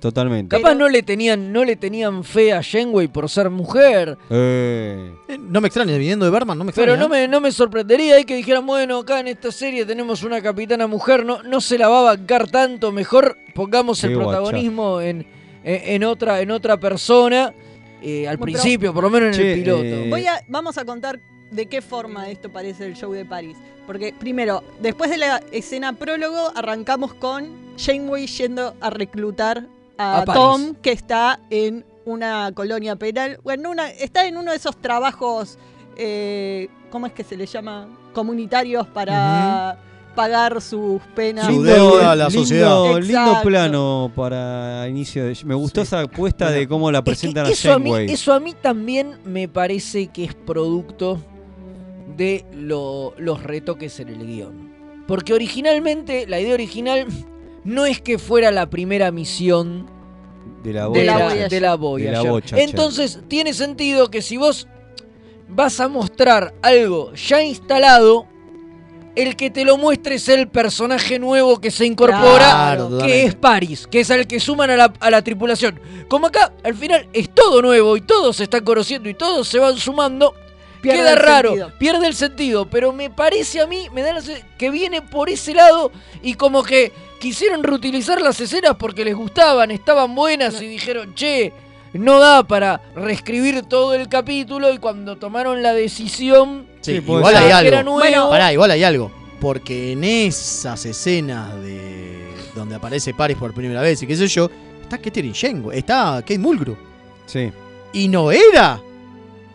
S6: Totalmente.
S2: Capaz no le tenían, no le tenían fe a Shenway por ser mujer.
S6: Eh,
S1: Eh, No me extraña, viniendo de Berman, no me extraña.
S2: Pero no me, no me sorprendería ahí que dijeran, bueno, acá en esta serie tenemos una capitana mujer, no, no se la va a bancar tanto, mejor pongamos el
S6: Qué guacha.
S2: protagonismo en, en, en otra, en otra persona, eh, al
S3: Bueno,
S2: principio, por lo menos en
S6: Che,
S2: el piloto.
S6: eh,
S3: Voy a- vamos a contar de qué forma esto parece el show de París. Porque primero, después de la escena prólogo, arrancamos con Janeway yendo a reclutar a,
S2: A París.
S3: Tom, que está en una colonia penal. Bueno, una, está en uno de esos trabajos, eh, ¿cómo es que se le llama? Comunitarios para pagar sus penas.
S1: Su deuda a la
S6: lindo-
S1: sociedad.
S6: Lindo,
S3: Exacto.
S6: plano para inicio. de- Me gustó esa apuesta de cómo la presentan
S2: Eso
S6: a
S2: a, mí,
S6: Shenway.
S2: eso a mí también me parece que es producto de lo- los retoques en el guión. Porque originalmente, la idea original no es que fuera la primera misión
S6: De la
S2: de la,
S6: bocha.
S2: de la
S6: De la
S2: Voyager.
S6: bocha, che.
S2: Entonces, tiene sentido que si vos vas a mostrar algo ya instalado, el que te lo muestre es el personaje nuevo que se incorpora,
S1: Claro,
S2: que
S1: totalmente.
S2: es Paris, que es al que suman a la, a la tripulación. Como acá, al final es todo nuevo y todos se están conociendo y todos se van sumando,
S3: Pierde
S2: queda
S3: el
S2: raro,
S3: sentido.
S2: pierde el sentido, pero me parece a mí, me da la sen- que viene por ese lado y como que quisieron reutilizar las escenas porque les gustaban, estaban buenas y dijeron, che, no da para reescribir todo el capítulo y cuando tomaron la decisión...
S1: Sí,
S6: Sí, puede
S1: igual
S2: ser.
S1: hay
S2: Que
S1: algo.
S2: era nuevo.
S6: Oh.
S2: Bueno.
S1: Pará, igual hay algo. Porque en esas escenas de donde aparece Paris por primera vez y qué sé yo, está Katherine Shengo, está Kate Mulgrew.
S6: Sí.
S1: Y no era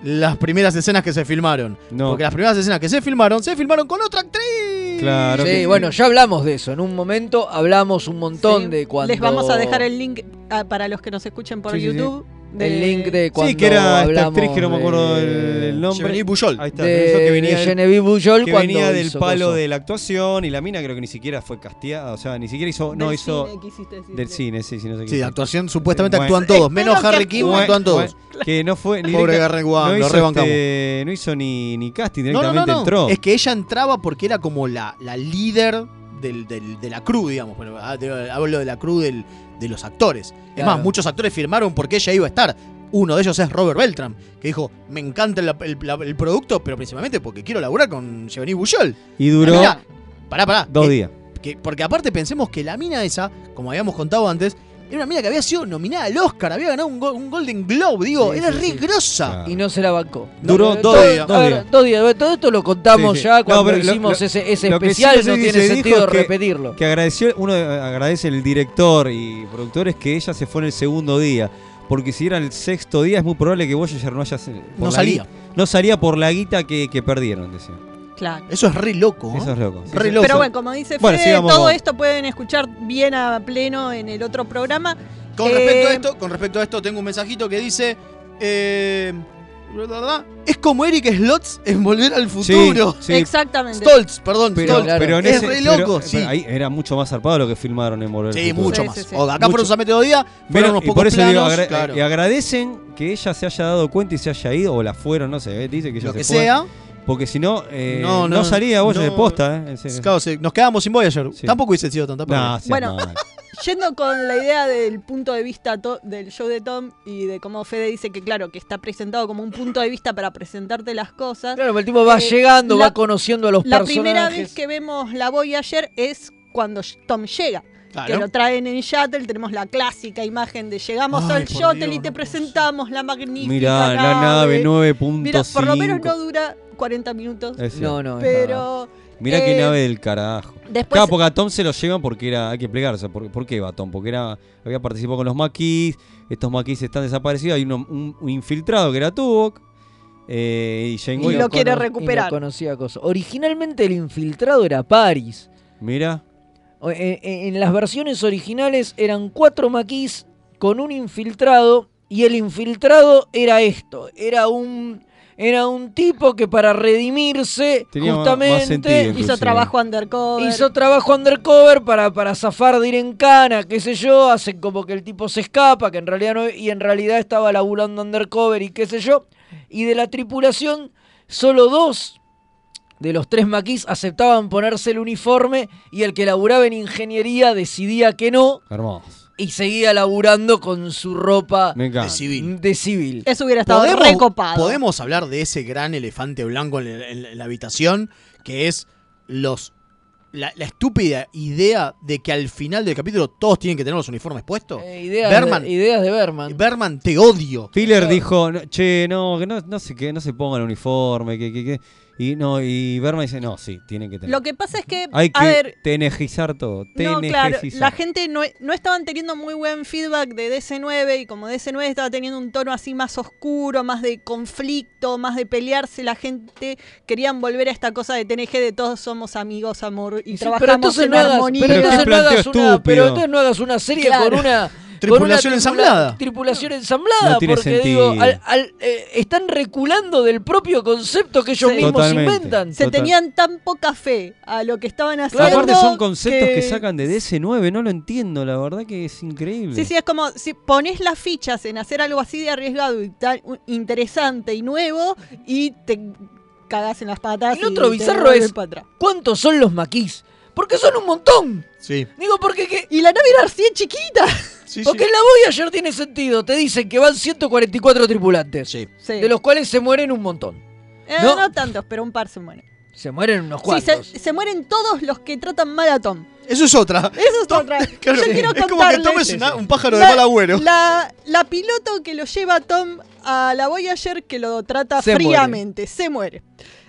S1: las primeras escenas que se filmaron.
S6: No.
S1: Porque las primeras escenas que se filmaron, se filmaron con otra actriz.
S6: Claro.
S2: Sí,
S6: que-
S2: bueno, ya hablamos de eso. En un momento hablamos un montón
S3: Sí.
S2: de cuando.
S3: Les vamos a dejar el link ah, para los que nos escuchen por
S6: Sí, sí, sí.
S3: YouTube.
S2: el link de cuando.
S6: sí, que era esta
S2: hablamos
S6: actriz que no me acuerdo el, el nombre.
S1: Chevrolet Pujol.
S6: Ahí está.
S2: De,
S6: eso que
S2: de
S6: venía del-
S2: Genevieve Bujold
S6: que
S2: cuando
S6: venía del
S2: hizo
S6: palo
S2: coso.
S6: de la actuación y la mina creo que ni siquiera fue casteada, o sea, ni siquiera hizo, no
S3: Del
S6: hizo
S3: cine, quisiste decir.
S6: del cine, sí, sí, no sé qué.
S1: Sí, de actuación supuestamente
S6: Bueno.
S1: actúan todos,
S3: Espero
S1: menos
S3: que
S1: Harry Kim,
S6: Bueno,
S1: actúan todos.
S6: bueno, que no fue ni
S1: Pobre
S6: directa-
S1: Garrett Wang,
S6: no
S1: lo
S6: hizo,
S1: rebancamos.
S6: este, no hizo ni, ni casting,
S1: No, no,
S6: directamente
S1: no, no.
S6: entró.
S1: Es que ella entraba porque era como la, la líder del- del- de la crew, digamos. Bueno, ah, digo, hablo de la crew del- de los actores. Es
S2: Claro.
S1: más, muchos actores firmaron porque ella iba a estar. Uno de ellos es Robert Beltram, que dijo, me encanta la- el, la- el producto, pero principalmente porque quiero laburar con Giovanni Bullol.
S6: y duró
S1: Mirá, eh, pará, pará.
S6: dos
S1: que-
S6: días.
S1: que- porque aparte pensemos que la mina esa, como habíamos contado antes, era una mina que había sido nominada al Oscar, había ganado un, go- un Golden Globe, digo,
S2: Sí,
S1: era
S2: sí,
S1: re
S2: sí.
S1: grosa.
S6: Claro.
S2: Y no se la bancó.
S6: Duró
S2: No,
S6: dos
S2: todo-
S6: días,
S2: a
S6: dos
S2: ver,
S6: días.
S2: dos días. Todo esto lo contamos
S6: Sí, sí.
S2: ya cuando
S6: No, pero lo-
S2: hicimos
S6: lo-
S2: ese, ese
S6: lo que sí
S2: especial.
S6: se
S2: no
S6: dice-
S2: tiene
S6: se dijo
S2: sentido
S6: que-
S2: repetirlo.
S6: Que agradeció, uno eh, agradece el director y productores que ella se fue en el segundo día. Porque si era el sexto día, es muy probable que Voyager no haya. se- eh, por
S1: No
S6: la
S1: salía.
S6: gui- No salía por la guita que, que perdieron, decía.
S3: Claro.
S1: Eso es re loco. ¿eh?
S6: Eso es loco. Sí,
S1: Re
S6: sí.
S1: loco.
S3: Pero bueno, como dice
S6: Bueno,
S3: Fede,
S6: sigamos
S3: todo
S6: con-
S3: esto pueden escuchar bien a pleno en el otro programa.
S1: Con respecto a
S3: Eh,
S1: esto, con respecto a esto, tengo un mensajito que dice. eh, Es como Eric Slots en Volver al Futuro.
S6: sí. Exactamente.
S1: Stoltz, perdón, Stoltz.
S6: en
S1: es
S6: ese-
S1: re
S6: pero- eh,
S1: loco, sí.
S6: pero ahí era mucho más zarpado lo que filmaron en Volver al
S1: Sí,
S6: Futuro.
S1: mucho más. O acá fueron
S6: Mucho.
S1: a mediodía, fueron
S6: Pero-
S1: unos
S6: y
S1: pocos
S6: por eso
S1: planos.
S6: digo, agra- eh,
S1: claro.
S6: y agradecen que ella se haya dado cuenta y se haya ido, o la fueron, no sé, eh, dice que ella
S1: Lo
S6: se
S1: que
S6: fue.
S1: sea.
S6: Porque si no, eh,
S1: No,
S6: no,
S1: no,
S6: salía vos
S1: no.
S6: de posta, eh, en serio.
S1: Claro, sí, nos quedamos sin Voyager. Tampoco hubiese sido tanta
S6: No,
S1: paja.
S6: sí,
S3: Bueno,
S6: no.
S3: Yendo con la idea del punto de vista to- del show de Tom y de cómo Fede dice que, claro, que está presentado como un punto de vista para presentarte las cosas.
S2: Claro, pero el tipo va
S3: Eh,
S2: llegando,
S3: la-
S2: va conociendo a los
S3: La
S2: personajes.
S3: primera vez que vemos la Voyager es cuando Tom llega.
S6: Ah,
S2: Claro.
S3: Que lo traen en Shuttle, tenemos la clásica imagen de llegamos
S6: Ay,
S3: al
S6: por
S3: Shuttle
S6: Dios,
S3: y te presentamos la magnífica
S6: Mirá, la nave 9.5.
S3: Mira, por lo menos no dura 40 minutos.
S6: Es cierto. No, Eh, no, es
S3: Pero
S6: Mirá
S3: eh,
S6: qué nave del carajo.
S3: después-
S6: Claro, porque a Tom se lo llevan porque era. Hay que plegarse. ¿Por, por qué va Tom? Porque era, había participado con los maquis. Estos maquis están desaparecidos. Hay uno- un, un infiltrado que era Tuvok. eh, y Janeway-
S2: cono- Y lo conocía cosa. Originalmente el infiltrado era Paris.
S6: Mira.
S2: O- En, en- en las versiones originales eran cuatro maquis con un infiltrado y el infiltrado era esto, era un era un tipo que para redimirse
S6: Tenía más- más
S2: justamente
S6: sentido, Hizo inclusive. trabajo
S3: undercover.
S2: Hizo trabajo undercover para, para zafar de ir en cana, qué sé yo, hacen como que el tipo se escapa, que en realidad no y en realidad estaba laburando undercover y qué sé yo. Y de la tripulación solo dos de los tres maquis aceptaban ponerse el uniforme y el que laburaba en ingeniería decidía que no
S6: Hermoso.
S2: y seguía laburando con su ropa
S6: Me encanta.
S2: de civil. De civil.
S3: Eso hubiera estado
S1: ¿Podemos,
S3: recopado.
S1: podemos hablar de ese gran elefante blanco en, el- en la- en la habitación, que es los la, la estúpida idea de que al final del capítulo todos tienen que tener los uniformes puestos.
S2: Eh, ideas
S1: Berman,
S2: de- ideas de Berman.
S1: Berman, te odio.
S6: Filler dijo, no, che, no, que no, no sé qué, no se pongan uniforme, que, que, que. Y no, y Berman dice, no, sí, tienen que tener.
S3: lo que pasa es que,
S6: Hay
S3: a ver,
S6: que tenejizar todo.
S3: No, claro, la
S6: Tenejizar.
S3: gente no, no estaban teniendo muy buen feedback de DC9 y como DC9 estaba teniendo un tono así más oscuro, más de conflicto, más de pelearse, la gente querían volver a esta cosa de TNG de todos somos amigos, amor y
S2: Sí,
S3: trabajamos
S2: pero entonces
S3: en
S2: no hagas-
S3: armonía.
S2: pero
S6: Pero qué
S2: entonces no hagas
S6: planteo
S2: una, pero
S6: estúpido.
S2: entonces no hagas una serie
S3: Claro.
S2: con una con una
S1: Tripulación
S2: tripula-
S1: ensamblada.
S2: Tripulación ensamblada,
S6: No tiene
S2: porque
S6: sentido.
S2: digo, al- al- eh, están reculando del propio concepto que ellos
S3: Sí.
S2: mismos
S6: Totalmente.
S2: inventan.
S3: Se
S6: Total.
S3: tenían tan poca fe a lo que estaban haciendo.
S6: Aparte son conceptos que... sacan de DC9, no lo entiendo, la verdad que es increíble.
S3: Sí, sí, es como si pones las fichas en hacer algo así de arriesgado y tan u- interesante y nuevo y te cagas en las patas.
S2: El otro
S3: y te
S2: bizarro
S3: vuelves
S2: es
S3: para atrás.
S2: cuántos son los maquis. Porque son un montón.
S1: Sí.
S2: Digo, porque que-
S3: Y la nave era así de chiquita.
S2: porque en la Voyager tiene sentido. Te dicen que van 144 tripulantes.
S3: Sí.
S2: De los cuales se mueren un montón.
S3: Eh,
S2: No.
S3: no. tantos, pero un par se mueren.
S2: Se mueren unos
S3: Sí,
S2: cuantos.
S3: se, se mueren todos los que tratan mal a Tom.
S1: Eso es otra.
S3: Eso es otra.
S1: claro,
S3: Yo
S1: sí.
S3: quiero
S1: Es como que
S3: contarles-
S1: Tom es una- un pájaro de mal agüero.
S3: La, la piloto que lo lleva a Tom a la Voyager que lo trata
S1: Se muere.
S3: fríamente, se muere.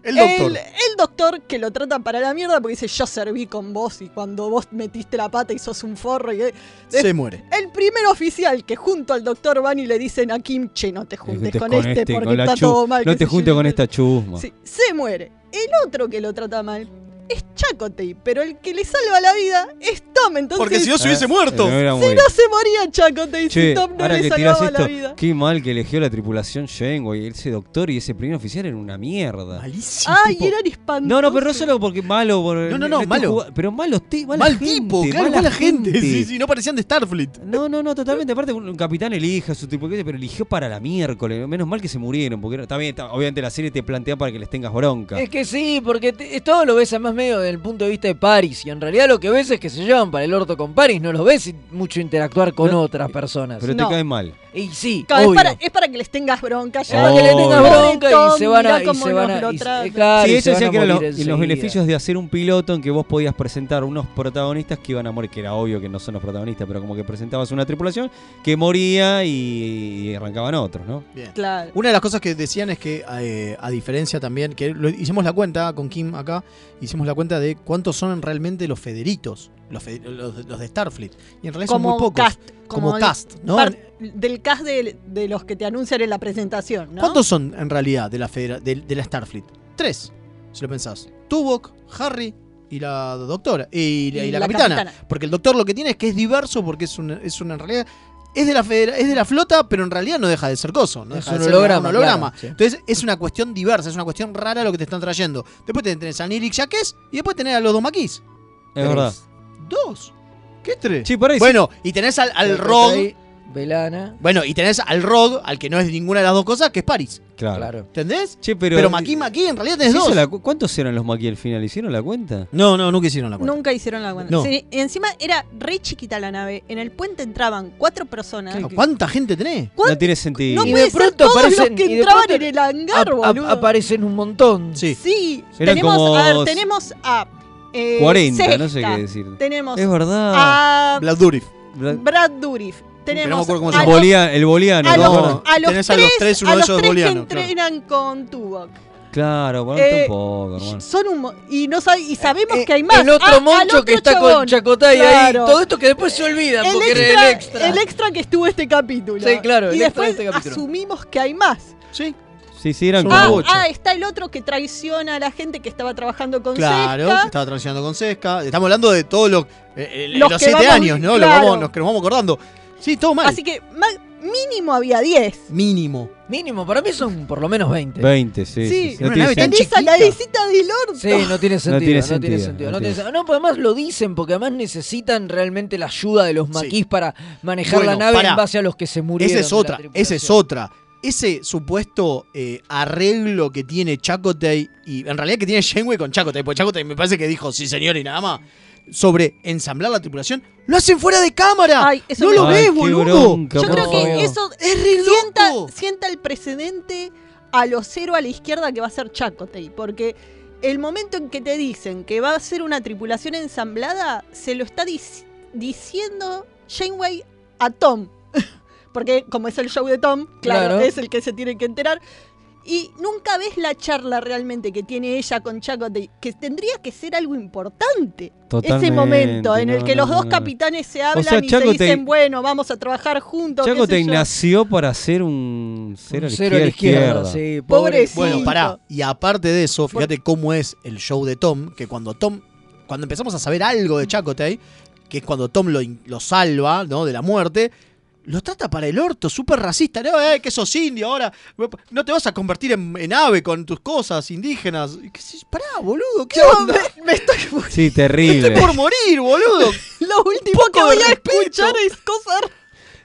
S1: El doctor.
S3: El, el doctor que lo trata para la mierda porque dice yo serví con vos y cuando vos metiste la pata y sos un forro y...
S1: Se muere.
S3: El primer oficial que junto al doctor van y le dicen a Kim, che, no te juntes
S6: Juntes
S3: con, este, porque
S6: con la
S3: está
S6: chu-
S3: todo mal.
S6: No
S3: qué
S6: te
S3: sé
S6: juntes
S3: yo".
S6: con esta chusma.
S3: Sí, se muere. El otro que lo trata mal es Chakotay, pero el que le salva la vida es Tom. Entonces,
S1: Porque si no se hubiese
S6: Eh,
S1: muerto.
S6: se me hubiera
S3: Si
S6: muerto.
S3: no se moría Chakotay, si
S6: Che,
S3: Tom no
S6: ahora
S3: le
S6: que tirás
S3: salvaba la
S6: esto,
S3: vida.
S6: qué mal que eligió la tripulación Janeway. Ese doctor y ese primer oficial eran una mierda.
S3: Ay, eran espantosos.
S6: No, no, pero no solo porque malo. por-
S1: No, no, no,
S6: estoy
S1: malo.
S6: jugando- Pero malos ti- mala
S1: Mal
S6: gente,
S1: tipo, claro, mala, gente. Sí, sí, no parecían de Starfleet.
S6: No, no, no, totalmente. Aparte, un un capitán elige a su tipo, pero eligió para la miércoles. Menos mal que se murieron, porque era- está bien, está- obviamente la serie te plantea para que les tengas bronca.
S2: Es que sí, porque te- es- todo lo ves además medio desde el punto de vista de Paris. Y en realidad lo que ves es que se llevan para el orto con Paris. No los ves in- mucho interactuar con
S6: No,
S2: otras personas.
S6: Pero
S3: No.
S6: te cae mal.
S2: Y sí,
S3: Claro, es,
S2: obvio.
S3: para, es para que les tengas bronca ya.
S6: Para que les tengas
S3: Pobre
S2: bronca y
S3: Tom,
S2: se van a-
S3: mirá
S2: y
S3: cómo
S2: se van
S3: nos
S2: a-
S3: lo
S2: y se- eh,
S3: tratan.
S2: claro,
S6: sí,
S2: y se
S6: eso
S2: van
S6: decía
S2: a
S6: que eran los,
S2: morir
S6: y los
S2: enseguida.
S6: beneficios de hacer un piloto en que vos podías presentar unos protagonistas que iban a morir, que era obvio que no son los protagonistas, pero como que presentabas una tripulación que moría y, y arrancaban otros, ¿no?
S3: Claro.
S1: Una de las cosas que decían es que, eh, a diferencia también, que lo- hicimos la cuenta con Kim acá, hicimos la cuenta de cuántos son realmente los Federitos, los, Fe- los- los de Starfleet. Y en realidad son muy pocos.
S3: cast,
S1: como
S3: el-
S1: cast, ¿no?
S3: par- del cast de, de los que te anuncian en la presentación, ¿no?
S1: ¿Cuántos son en realidad de la, federa- de, de la Starfleet? Tres, si lo pensás. Tuvok, Harry y la doctora. Y, la- y la, capitana. Porque el doctor lo que tiene es que es diverso, porque es una, es una en realidad. es de, la federa- es de la flota, pero en realidad no deja de ser coso. No
S2: Es
S1: deja de
S2: un
S1: ser
S2: holograma,
S1: holograma.
S2: claro, sí.
S1: Entonces es una cuestión diversa, es una cuestión rara lo que te están trayendo. Después te- tenés a Nirik Jaques y después tenés a los dos maquis.
S6: Es verdad.
S1: Dos. ¿Qué tres?
S6: Sí, por ahí sí.
S1: Bueno, y tenés al, al
S2: Pero por
S1: Rog.
S2: ahí, Velana.
S1: Bueno, y tenés al Rog, al que no es ninguna de las dos cosas, que es Paris.
S2: Claro.
S1: ¿Entendés?
S6: Che, pero.
S1: Pero, Maquis, Maquis, en realidad tenés
S6: ¿Se hizo
S1: dos.
S6: la cu- ¿Cuántos eran los Maquis al final? ¿Hicieron la cuenta?
S1: No, no, nunca hicieron la
S3: Nunca hicieron la cuenta.
S6: No.
S3: Sí, y encima era re chiquita la nave. En el puente entraban cuatro personas.
S1: ¿Cuánta gente tenés?
S3: ¿Cuán-
S6: No tiene sentido.
S3: No
S2: Y
S3: puede
S2: de
S3: ser
S2: pronto
S3: todos
S2: aparecen-
S3: los
S2: y de
S3: que entraban
S2: pronto
S3: en el hangar,
S2: ap- ap-
S3: boludo.
S2: aparecen un montón.
S1: Sí.
S3: Sí,
S6: Eran
S3: tenemos,
S6: como
S3: a ver, tenemos a... eh,
S6: 40, no sé
S3: Sesta.
S6: qué decir.
S3: Tenemos
S6: Es verdad.
S3: a
S1: Black Durif.
S3: Brad Dourif. Tenemos
S1: acuerdo cómo
S3: a,
S1: se
S3: los,
S6: Bolía- el boliano,
S3: a
S6: ¿te
S3: los-
S6: acuerdas?
S3: a los
S1: Tenés a
S3: tres,
S1: los tres, uno
S3: a
S1: de
S3: los
S1: ellos es
S3: tres
S1: boliano,
S3: que
S1: claro.
S3: entrenan con Tubok.
S6: Claro, bueno,
S3: Eh,
S6: tampoco, hermano.
S3: Son un mo- y no sabe- y sabemos que hay más.
S2: Eh, El otro
S3: Ah, al
S2: moncho
S3: otro
S2: que está con
S3: chabón.
S2: Chacotay
S3: Claro.
S2: ahí. Todo esto que después se olvida
S3: el
S2: porque
S3: extra,
S2: era el extra.
S3: el extra que estuvo este capítulo.
S2: Sí, claro,
S3: Y
S2: el extra
S3: después
S2: de este capítulo.
S3: asumimos que hay más.
S1: Sí.
S6: Sí, sí, eran
S1: Son
S6: como
S1: Ah,
S6: ocho.
S3: Ah, está el otro que traiciona a la gente que estaba trabajando con
S1: Claro,
S3: Cesca.
S1: que estaba trabajando con Sesca. Estamos hablando de todos los, eh, eh,
S3: Los
S1: los,
S3: que
S1: siete
S3: vamos-
S1: años, ¿no? Lo
S3: claro.
S1: vamos- nos que nos vamos acordando. Sí, todo mal.
S3: Así que ma- mínimo había 10.
S1: Mínimo.
S2: Mínimo, para mí son por lo menos 20.
S6: 20,
S3: Sí,
S6: sí. sí, sí.
S1: en
S6: No
S1: una
S6: tiene
S1: nave tan
S6: sentido.
S3: Esa la visita del orto.
S2: Sí, no tiene sentido. No tiene sentido. No,
S6: sentido, no tiene-
S2: tiene- no, pero además lo dicen porque además necesitan realmente la ayuda de los maquis para manejar la
S1: Bueno,
S2: nave
S1: pará.
S2: en base a los que se murieron.
S1: Esa es
S2: de la
S1: otra, esa es
S2: tripulación.
S1: otra. Ese supuesto eh, arreglo que tiene Chacotay y en realidad que tiene Janeway con Chacotay, porque Chacotay me parece que dijo sí señor y nada más, sobre ensamblar la tripulación, lo hacen fuera de cámara.
S3: Ay, eso
S1: no
S3: me-
S1: lo
S6: Ay,
S1: ves,
S6: qué
S1: boludo.
S6: bronca,
S3: Yo
S6: por
S3: creo
S6: favor.
S3: que eso
S1: Es re
S3: sienta,
S1: loco.
S3: sienta el precedente a los cero a la izquierda que va a ser Chacotay, porque el momento en que te dicen que va a ser una tripulación ensamblada, se lo está dis- diciendo Janeway a Tom. Porque como es el show de Tom, claro,
S2: Claro.
S3: es el que se tiene que enterar. Y nunca ves la charla realmente que tiene ella con Chacotay, que tendría que ser algo importante.
S6: Totalmente,
S3: Ese momento en el
S6: no,
S3: que los
S6: no,
S3: dos
S6: no.
S3: capitanes se hablan
S6: sea,
S3: y
S6: Chakotay-
S3: se dicen, bueno, vamos a trabajar juntos. qué sé
S6: Chacotay
S3: yo".
S6: nació para ser un cero a la
S2: Cero a la izquierda,
S6: izquierda.
S2: sí.
S3: Pobrecito.
S1: Bueno, pará. Y aparte de eso, fíjate cómo es el show de Tom, que cuando Tom, cuando empezamos a saber algo de Chacotay, que es cuando Tom lo, in- lo salva, ¿no? De la muerte. Lo trata para el orto, súper racista. No, eh, que sos indio ahora. No te vas a convertir en, en ave con tus cosas indígenas. Y qué sé- Pará, boludo. ¿Qué onda?
S3: Me, me estoy
S6: Sí,
S1: Estoy
S6: terrible.
S1: por morir, boludo.
S3: Lo último que voy a escuchar es cosas.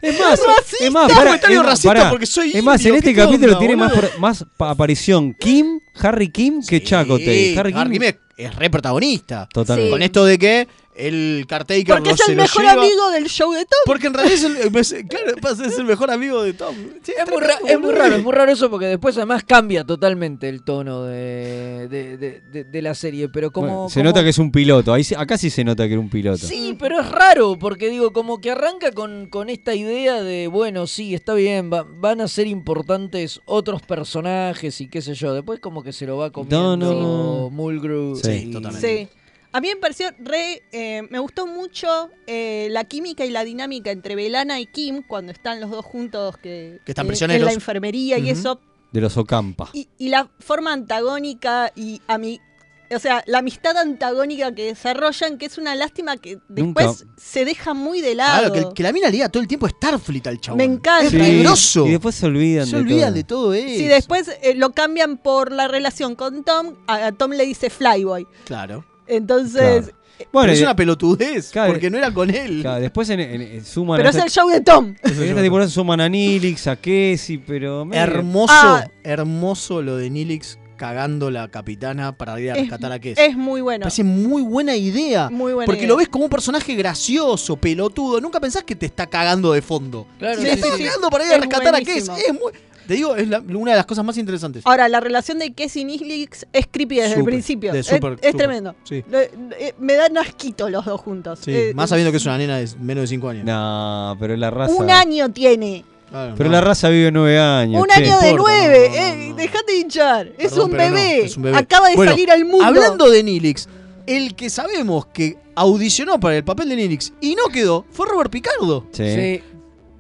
S6: Es más,
S3: racista.
S6: es más,
S1: Es
S6: pará,
S1: comentario
S6: es más,
S1: racista
S6: pará.
S1: porque soy
S6: Es más,
S1: indio,
S6: en este
S1: ¿qué
S6: capítulo
S1: onda,
S6: tiene más,
S1: boludo?
S6: pro- más pa- aparición Kim, Harry Kim, que Chacotay.
S1: Sí,
S6: Harry Kim.
S1: Harry Kim es, es re protagonista.
S6: Totalmente.
S3: Sí.
S1: Con esto de que el Cartaker
S3: Porque
S1: lo-
S3: es
S1: se
S3: el
S1: lo
S3: mejor
S1: lleva.
S3: amigo del show de Tom.
S1: Porque en realidad es el, es- claro, pasa, es el mejor amigo de Tom. Sí,
S2: Es muy, ra-
S1: tremendo,
S2: es muy
S1: boludo.
S2: raro, es muy raro eso porque después además cambia totalmente el tono de, de- de- de- de la serie. Pero como.
S6: Bueno, se
S2: como-
S6: nota que es un piloto. Ahí, sí- acá sí se nota que era un piloto.
S2: Sí, pero es raro, porque digo, como que arranca con, con esta idea de, bueno, sí, está bien, va- van a ser importantes otros personajes y qué sé yo. Después como que se lo va comiendo
S6: no.
S2: Mulgrew.
S6: Sí,
S2: y-
S1: totalmente.
S3: Sí. A mí me pareció re. eh, me gustó mucho eh, la química y la dinámica entre Belana y Kim cuando están los dos juntos que,
S1: Que están
S3: eh, en
S1: prisioneros.
S3: la enfermería y
S1: Ujú.
S3: eso.
S6: De los Ocampa.
S3: Y, y la forma antagónica y a mí. O sea, la amistad antagónica que desarrollan, que es una lástima que
S6: Nunca-
S3: después se deja muy de lado.
S1: Claro, que, el- que la mina le diga todo el tiempo Starfleet al chabón.
S3: Me encanta.
S1: Es
S3: Sí.
S1: peligroso.
S6: Y después se olvidan.
S1: Se
S6: de
S1: olvidan
S6: todo.
S1: de todo eso.
S3: Si después eh, lo cambian por la relación con Tom, a, a Tom le dice Flyboy.
S1: Claro.
S3: Entonces,
S6: Claro. Bueno,
S1: Pero es
S6: y-
S1: una pelotudez,
S6: Claro.
S1: porque no era con él.
S6: claro, después en, en- en- suman
S3: pero
S6: a
S3: es el show de Tom.
S6: en esta temporada suman a Nilix, a Kessi, pero. medio-
S1: Hermoso,
S3: Ah.
S1: hermoso lo de Nilix cagando la capitana para ir a
S3: Es-
S1: rescatar a Kes.
S3: Es muy bueno.
S1: Parece muy buena idea.
S3: Muy buena
S1: ah, porque
S3: idea.
S1: lo ves como un personaje gracioso, pelotudo. Nunca pensás que te está cagando de fondo.
S2: Claro,
S1: Y
S3: Sí,
S1: le está
S3: sí, sí.
S1: cagando para ir a
S3: Es
S1: rescatar
S3: buenísimo.
S1: a Kes. Es muy- Te digo, es la- una de las cosas más interesantes.
S3: Ahora, la relación de Cassie y Nislix es creepy desde el
S1: Súper,
S3: principio.
S1: de
S3: es
S1: súper,
S3: es
S1: súper,
S3: tremendo.
S1: sí.
S3: Lo- eh, Me dan asquito los dos juntos.
S1: Sí,
S3: Eh,
S1: más sabiendo que es una nena de menos de 5 años.
S6: No, pero la raza.
S3: Un año tiene.
S1: Claro,
S6: Pero
S1: no.
S6: la raza vive nueve años.
S3: un
S6: che.
S3: año de
S1: importa,
S3: nueve.
S1: no, no,
S3: eh,
S1: no.
S3: Dejate de hinchar. es,
S1: Perdón,
S3: un
S1: pero no,
S3: bebé.
S1: es un bebé.
S3: Acaba de
S1: Bueno,
S3: salir al mundo.
S1: Hablando de Nilix, el que sabemos que audicionó para el papel de Nilix y no quedó fue Robert Picardo.
S6: Sí.
S2: Sí.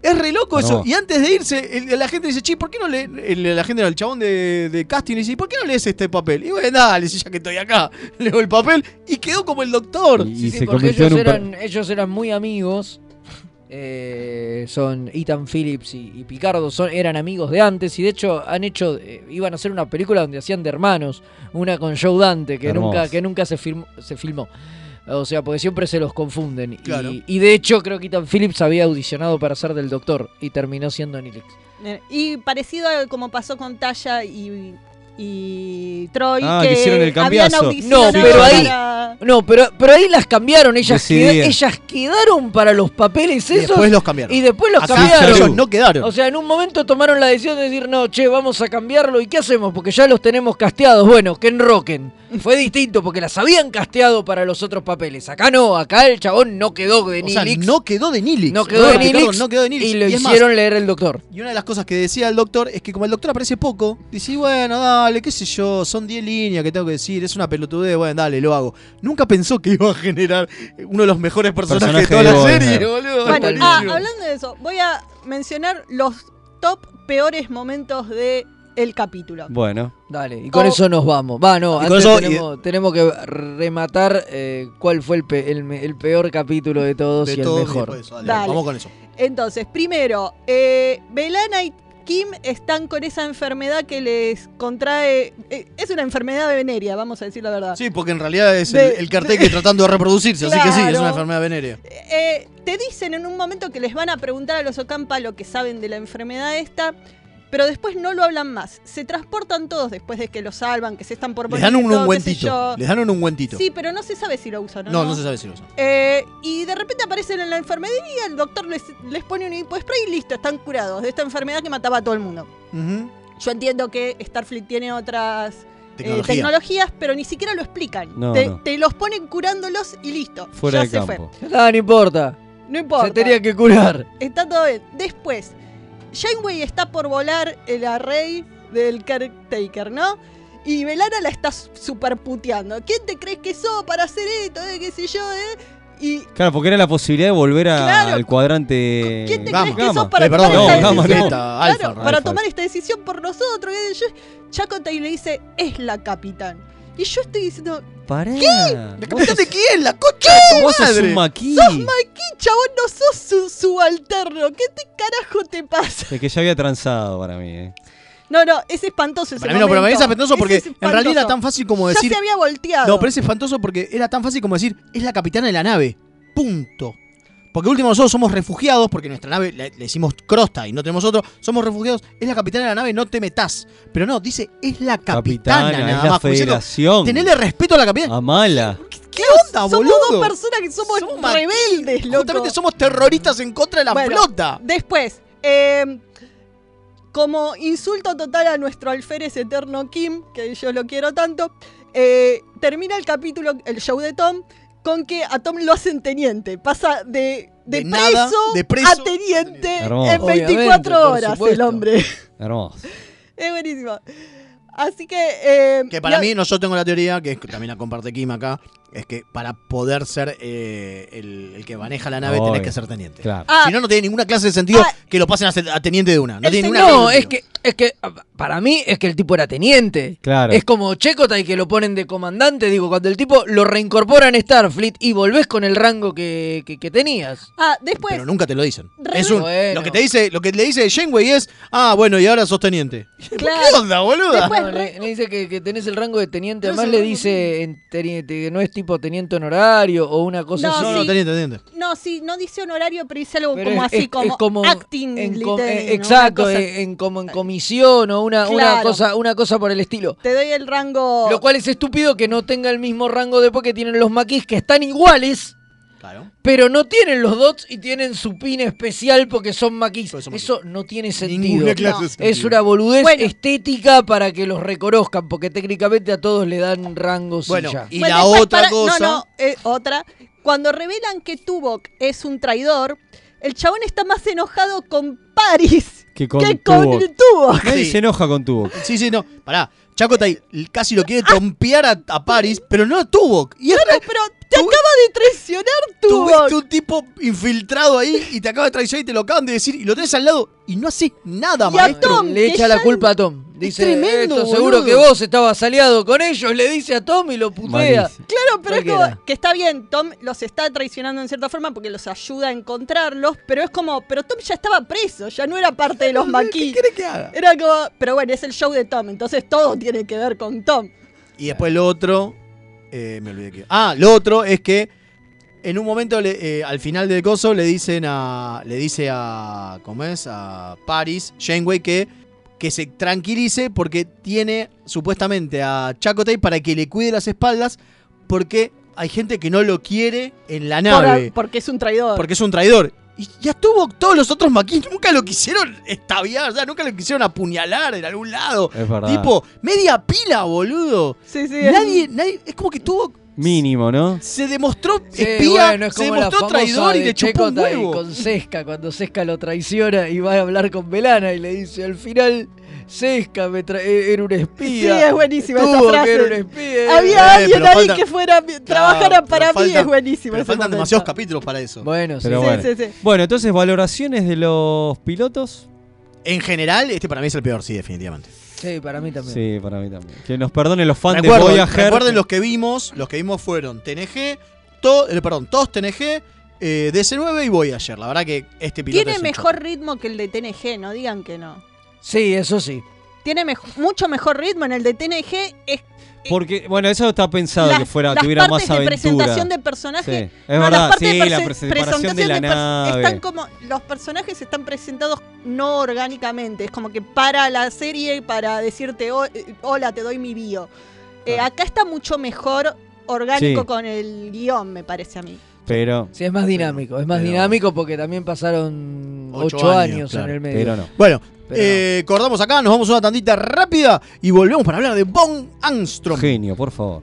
S1: Es re loco eso.
S6: No.
S1: Y antes de irse, el- la gente dice, che, ¿por qué no le. el- la gente, no, el chabón de, de casting le dice, ¿por qué no lees este papel? Y bueno, dale, si ya que estoy acá, leo el papel y quedó como el doctor.
S6: Y, y
S2: Sí, sí,
S6: se
S2: porque
S6: convirtió
S2: ellos
S6: en un. per-
S2: eran, ellos eran muy amigos. eh, son Ethan Phillips y, y Picardo, son, eran amigos de antes y de hecho han hecho, eh, iban a hacer una película donde hacían de hermanos, una con Joe Dante que
S4: Hermoso.
S2: nunca, que nunca se, film- se filmó. O sea, porque siempre se los confunden. Y- Y, de hecho creo que Ethan Phillips había audicionado para ser del doctor y terminó siendo Nilix.
S3: Eh, Y parecido a como pasó con Tasha y, y Troy,
S2: Ah,
S3: que,
S2: que hicieron el cambiazo.
S3: habían
S2: No,
S3: audicionado
S2: pero ahí,
S3: para- ah,
S2: no pero, pero ahí las cambiaron. Ellas, queda-
S6: Decidían.
S2: ellas quedaron para los papeles esos.
S1: después los cambiaron.
S2: Y después los
S6: Ah,
S1: Acá
S2: cambiaron.
S1: ellos no quedaron.
S2: O sea, en un momento tomaron la decisión de decir, no, che, vamos a cambiarlo. ¿Y qué hacemos? Porque ya los tenemos casteados. Bueno, que enroquen. Fue distinto porque las habían casteado para los otros papeles. Acá no, acá el chabón no quedó de
S1: O sea,
S2: Nilix.
S1: no quedó de Nilix.
S2: No quedó de
S1: Ricardo,
S2: Nilix,
S1: no quedó de Nilix.
S2: y lo
S1: es más,
S2: hicieron leer el doctor.
S1: Y una de las cosas que decía el doctor es que como el doctor aparece poco, dice, bueno, dale, qué sé yo, son 10 líneas que tengo que decir, es una pelotudez, bueno, dale, lo hago. Nunca pensó que iba a generar uno de los mejores personajes
S6: Personaje
S1: de toda
S6: de
S1: la
S6: Warner.
S1: serie, boludo.
S3: Bueno,
S1: es
S3: ah,
S1: buenísimo.
S3: hablando de eso, voy a mencionar los top peores momentos de el capítulo.
S6: Bueno.
S2: Dale, y con
S3: O-
S2: eso nos vamos. Va, no,
S6: Y con
S2: antes
S6: eso-
S2: tenemos, tenemos que rematar eh, cuál fue el, pe- el me- el peor capítulo de todos
S1: De
S2: y el
S1: todos y
S2: mejor.
S1: después de eso, dale,
S3: Dale.
S1: Vamos con eso.
S3: Entonces, primero, eh, Belana y Kim están con esa enfermedad que les contrae. eh, es una enfermedad venerea, vamos a decir la
S2: Ah.
S3: verdad.
S1: Sí, porque en realidad es
S3: De-
S1: el, el carteque tratando de reproducirse, así que sí, es
S3: Claro.
S1: una enfermedad venérea.
S3: Eh, te dicen en un momento que les van a preguntar a los Ocampa lo que saben de la enfermedad esta. Pero después no lo hablan más. Se transportan todos después de que los salvan, que se están por
S1: Les dan un
S3: bonito, qué sé
S1: ungüentito.
S3: yo.
S1: Les dan un ungüentito.
S3: Sí, pero no se sabe si lo usan o
S1: no, no se sabe si lo usan.
S3: Eh, y de repente aparecen en la enfermería, el doctor les, les pone un hipospray y listo, están curados de esta enfermedad que mataba a todo el mundo.
S1: Ujú.
S3: Yo entiendo que Starfleet tiene otras eh,
S1: Tecnología.
S3: tecnologías, pero ni siquiera lo explican.
S2: No,
S3: te,
S2: no.
S3: te los ponen curándolos y listo.
S2: Fuera
S3: ya
S2: de
S3: se
S2: campo.
S3: fue.
S2: Nada, no importa.
S3: No importa.
S2: Se tenía que curar.
S3: Está todo bien. Después, Janeway está por volar el array del caretaker, ¿no? Y Velana la está super puteando. ¿Quién te crees que sos para hacer esto? eh? ¿Qué sé yo? eh? Y
S6: Claro, porque era la posibilidad de volver a-
S3: Claro.
S6: al cuadrante.
S3: ¿Quién te crees que sos
S6: Gamma.
S3: para tomar esta
S6: Eh, No, Gamma
S3: decisión?
S6: no.
S3: Claro, para tomar esta decisión por nosotros. Y yo- Chakotay le dice, es la capitán. Y yo estoy diciendo,
S6: Pará.
S3: ¿la capitán de quién? ¡La concha de tu
S6: Vos sos
S3: madre!
S6: un maquis.
S3: ¡Sos maquí, chabón! ¡No sos su subalterno! ¿Qué te carajo te pasa?
S6: El que ya había transado para mí, eh.
S3: No, no, es espantoso ese
S1: Para mí no, pero para mí es
S3: momento.
S1: espantoso porque
S3: Es
S1: en realidad era tan fácil como
S3: Ya
S1: decir.
S3: se había volteado.
S1: No, pero es espantoso porque era tan fácil como decir, es la capitana de la nave. Punto. Porque último nosotros somos refugiados, porque nuestra nave le, le hicimos crosta y no tenemos otro, somos refugiados, es la capitana de la nave, no te metás. Pero no, dice, es la capitana,
S6: Capitana,
S1: nada
S6: es la
S1: más. como diciendo,
S6: federación. Ah,
S1: Tenele respeto a la capitana.
S6: Amala.
S1: ¿Qué onda,
S3: Somos
S1: boludo?
S3: dos personas que somos, rebeldes, loco.
S1: Justamente somos terroristas en contra de la
S3: Bueno,
S1: flota.
S3: Después, eh, como insulto total a nuestro alférez eterno Kim, que yo lo quiero tanto, eh, termina el capítulo, el show de Tom, con que a Tom lo hacen teniente. Pasa de, de
S1: De
S3: preso,
S1: nada, de preso
S3: a teniente
S6: Hermoso.
S3: en 24
S2: Obviamente, por
S3: horas el
S2: supuesto.
S3: hombre.
S6: Hermoso.
S3: Es buenísimo. Así que... eh,
S1: Que para
S3: la-
S1: mí, no, yo tengo la teoría, que es que también la comparte Kim acá, es que para poder ser eh, el, el que maneja la nave tenés
S6: Obvio.
S1: que ser teniente.
S6: Claro.
S3: Ah.
S1: si no, no tiene ninguna clase de sentido que lo pasen a, ser- a teniente de una. No tiene ninguna
S2: No,
S1: clase de
S2: es que, es que ah, para mí es que el tipo era teniente.
S6: Claro.
S2: Es como Checota y que lo ponen de comandante. Digo, cuando el tipo lo reincorporan a Starfleet y volvés con el rango que, que- que tenías.
S3: Ah, después...
S1: Pero nunca te lo dicen.
S3: Re-
S1: Es un,
S2: Bueno.
S1: lo que te dice, lo que le dice Janeway es, ah, bueno, y ahora sos teniente. ¿Qué onda, boluda?
S3: Después,
S2: No, le, le dice que, que tenés el rango de teniente.
S1: Tenés
S2: Además,
S1: el
S2: le
S1: rango de
S2: dice en teniente, que no es tipo teniente honorario o una cosa
S3: No,
S2: así.
S3: No, no, sí.
S1: Teniente, teniente.
S3: No, sí, no dice honorario, pero dice algo
S2: Pero
S3: como
S2: es-
S3: así,
S2: es-
S3: como,
S2: es como
S3: acting
S2: en com-
S3: lieutenant,
S2: eh,
S3: una
S2: exacto,
S3: cosa-
S2: eh, en, como en comisión o una, una,
S3: Claro. Oh.
S2: cosa, una cosa por el estilo.
S3: Te doy el rango...
S2: Lo cual es estúpido que no tenga el mismo rango después que tienen los maquis que están iguales.
S1: Claro.
S2: Pero no tienen los dots y tienen su pin especial porque son maquis. Eso no tiene sentido.
S1: Ninguna clase de sentido.
S2: Es una boludez
S3: Bueno.
S2: estética para que los reconozcan, porque técnicamente a todos le dan rangos
S1: Bueno,
S2: y ya.
S1: y
S3: Bueno,
S1: la
S3: después,
S1: otra
S3: para-
S1: cosa.
S3: No, no, eh, otra. Cuando revelan que Tuvok es un traidor, el chabón está más enojado con Paris
S6: Que con
S3: que con
S6: tubo.
S3: Tuvok.
S6: Nadie
S1: Sí.
S6: se enoja con tubo.
S1: Sí, sí, no. Pará. Chacotay casi lo quiere trompear a, a Paris, pero no tuvo. Y es re-
S3: Pero te acaba de traicionar
S1: Tuviste
S3: Tuvok.
S1: un tipo infiltrado ahí y te acaba de traicionar y te lo acaban de decir y lo tenés al lado y no haces nada,
S3: Y a
S1: maestro.
S3: Tom,
S2: Le
S3: que
S2: echa la
S3: ya-
S2: culpa a Tom. Dice,
S3: tremendo,
S2: esto seguro
S3: boludo".
S2: que vos estabas aliado con ellos, le dice a Tom y lo putea.
S6: Malísimo.
S3: Claro, pero es
S2: Cualquiera.
S3: como que está bien, Tom los está traicionando en cierta forma porque los ayuda a encontrarlos, pero es como, pero Tom ya estaba preso, ya no era parte de los maquis.
S1: que haga?
S3: Era como, pero bueno, es el show de Tom, entonces todo tiene que ver con Tom.
S1: Y después lo otro. eh, me olvidé que. Ah, lo otro es que en un momento le- eh, al final del coso le dicen a. Le dice a. ¿Cómo es? A Paris, Janeway, que, que se tranquilice porque tiene supuestamente a Chakotay para que le cuide las espaldas porque hay gente que no lo quiere en la
S3: Por-
S1: nave.
S3: porque es un traidor.
S1: porque es un traidor. Y ya tuvo todos los otros maquis, nunca lo quisieron estaviar, o sea, nunca lo quisieron apuñalar en algún lado.
S6: Es verdad.
S1: Tipo, media pila, boludo.
S3: Sí, sí.
S1: Nadie, nadie, es como que tuvo,
S6: Mínimo, ¿no?
S1: se demostró
S2: Sí,
S1: espía,
S2: bueno, es
S1: se
S2: como la
S1: demostró
S2: famosa
S1: traidor y
S2: de
S1: le chupó un
S2: Checota y
S1: huevo.
S2: con Sesca, cuando Sesca lo traiciona y va a hablar con Belana y le dice, al final Sesca me tra- e- era un espía.
S3: Sí, es buenísima esa
S2: Tuvo que
S3: frase.
S2: era un espía.
S1: Eh,
S3: Había alguien
S1: pero
S3: ahí
S1: falta-
S3: que fuera trabajara
S1: Claro,
S3: para
S1: pero
S3: mí,
S1: falta-
S3: es buenísimo.
S1: Pero
S3: ese
S1: faltan
S3: momento.
S1: demasiados capítulos para eso.
S2: Bueno, sí.
S6: Pero
S3: Sí,
S6: bueno.
S3: sí, sí.
S6: Bueno, entonces, valoraciones de los pilotos.
S1: En general, este para mí es el peor, sí, definitivamente.
S2: Sí, para mí también.
S6: Sí, para mí también. Que nos perdonen los fans
S1: Recuerdo-
S6: de Voyager.
S1: recuerden los que vimos, los que vimos fueron TNG, to- eh, perdón, todos TNG, eh, DC9 y Voyager. La verdad que este piloto es
S3: Tiene
S1: un
S3: mejor ritmo que el de TNG, no digan que no.
S2: Sí, eso sí.
S3: Tiene mej- mucho mejor ritmo en el de TNG. Es
S6: Porque, bueno, eso está pensado
S3: las-
S6: que fuera,
S3: las
S6: tuviera
S3: partes
S6: más
S3: de
S6: aventura.
S3: presentación de personaje
S6: Sí, es
S3: No, las
S6: verdad,
S3: partes
S6: sí,
S3: de
S6: la
S3: prese-
S6: pre- separación de la
S3: de pers-
S6: nave.
S3: Están como, los personajes están presentados no orgánicamente, es como que para la serie, para decirte, "Oh, eh, hola, te doy mi bio. Eh, acá está mucho mejor orgánico
S6: Sí.
S3: con el guión, me parece a mí.
S6: Pero,
S2: Sí, es más dinámico, es más
S1: pero-
S2: dinámico porque también pasaron
S1: Ocho
S2: ocho,
S1: años,
S2: años,
S1: claro.
S2: en el medio.
S6: pero no.
S1: Bueno,
S2: Pero
S1: eh, cortamos acá, nos vamos a una tandita rápida y volvemos para hablar de Von Armstrong.
S6: Genio, por favor.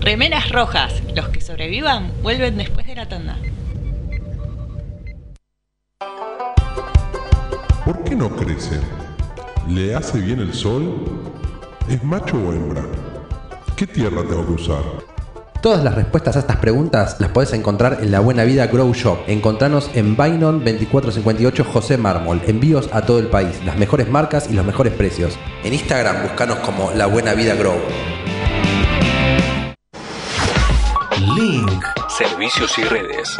S15: Remeras rojas. Los que sobrevivan vuelven después de la tanda.
S16: ¿Por qué no crece? ¿Le hace bien el sol? ¿Es macho o hembra? ¿Qué tierra tengo que usar?
S17: Todas las respuestas a estas preguntas las podés encontrar en La Buena Vida Grow Shop. Encontranos en Bainon 2458 José Mármol. Envíos a todo el país, las mejores marcas y los mejores precios. En Instagram buscanos como La Buena Vida Grow.
S18: Link.
S19: Servicios y redes.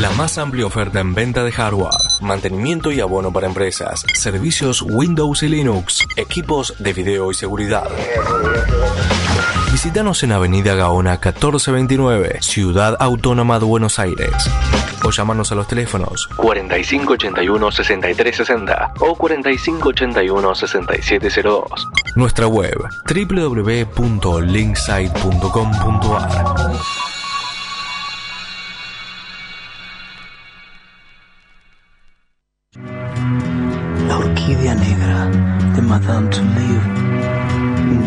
S18: La más amplia oferta en venta de hardware, mantenimiento y abono para empresas, servicios Windows y Linux, equipos de video y seguridad. Visítanos en Avenida Gaona 1429, Ciudad Autónoma de Buenos Aires. O llamanos a los teléfonos
S19: 4581-6360 o 4581-6702.
S18: Nuestra web www.linksite.com.ar
S7: La orquídea negra de Madame Touleau. Un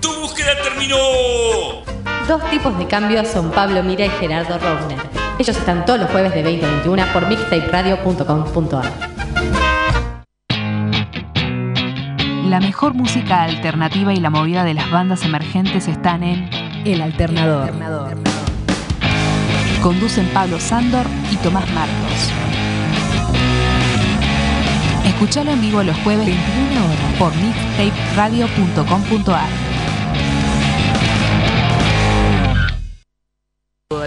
S20: ¡tu búsqueda terminó!
S21: Dos tipos de cambios son Pablo Mira y Gerardo Rovner. Ellos están todos los jueves de 20 a 21 por mixtaperadio.com.ar.
S8: La mejor música alternativa y la movida de las bandas emergentes están en El Alternador. Conducen Pablo Sándor y Tomás Marcos. Escuchalo en vivo los jueves 21 horas por mixtaperadio.com.ar. Toda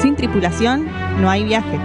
S22: Sin tripulación no hay viaje.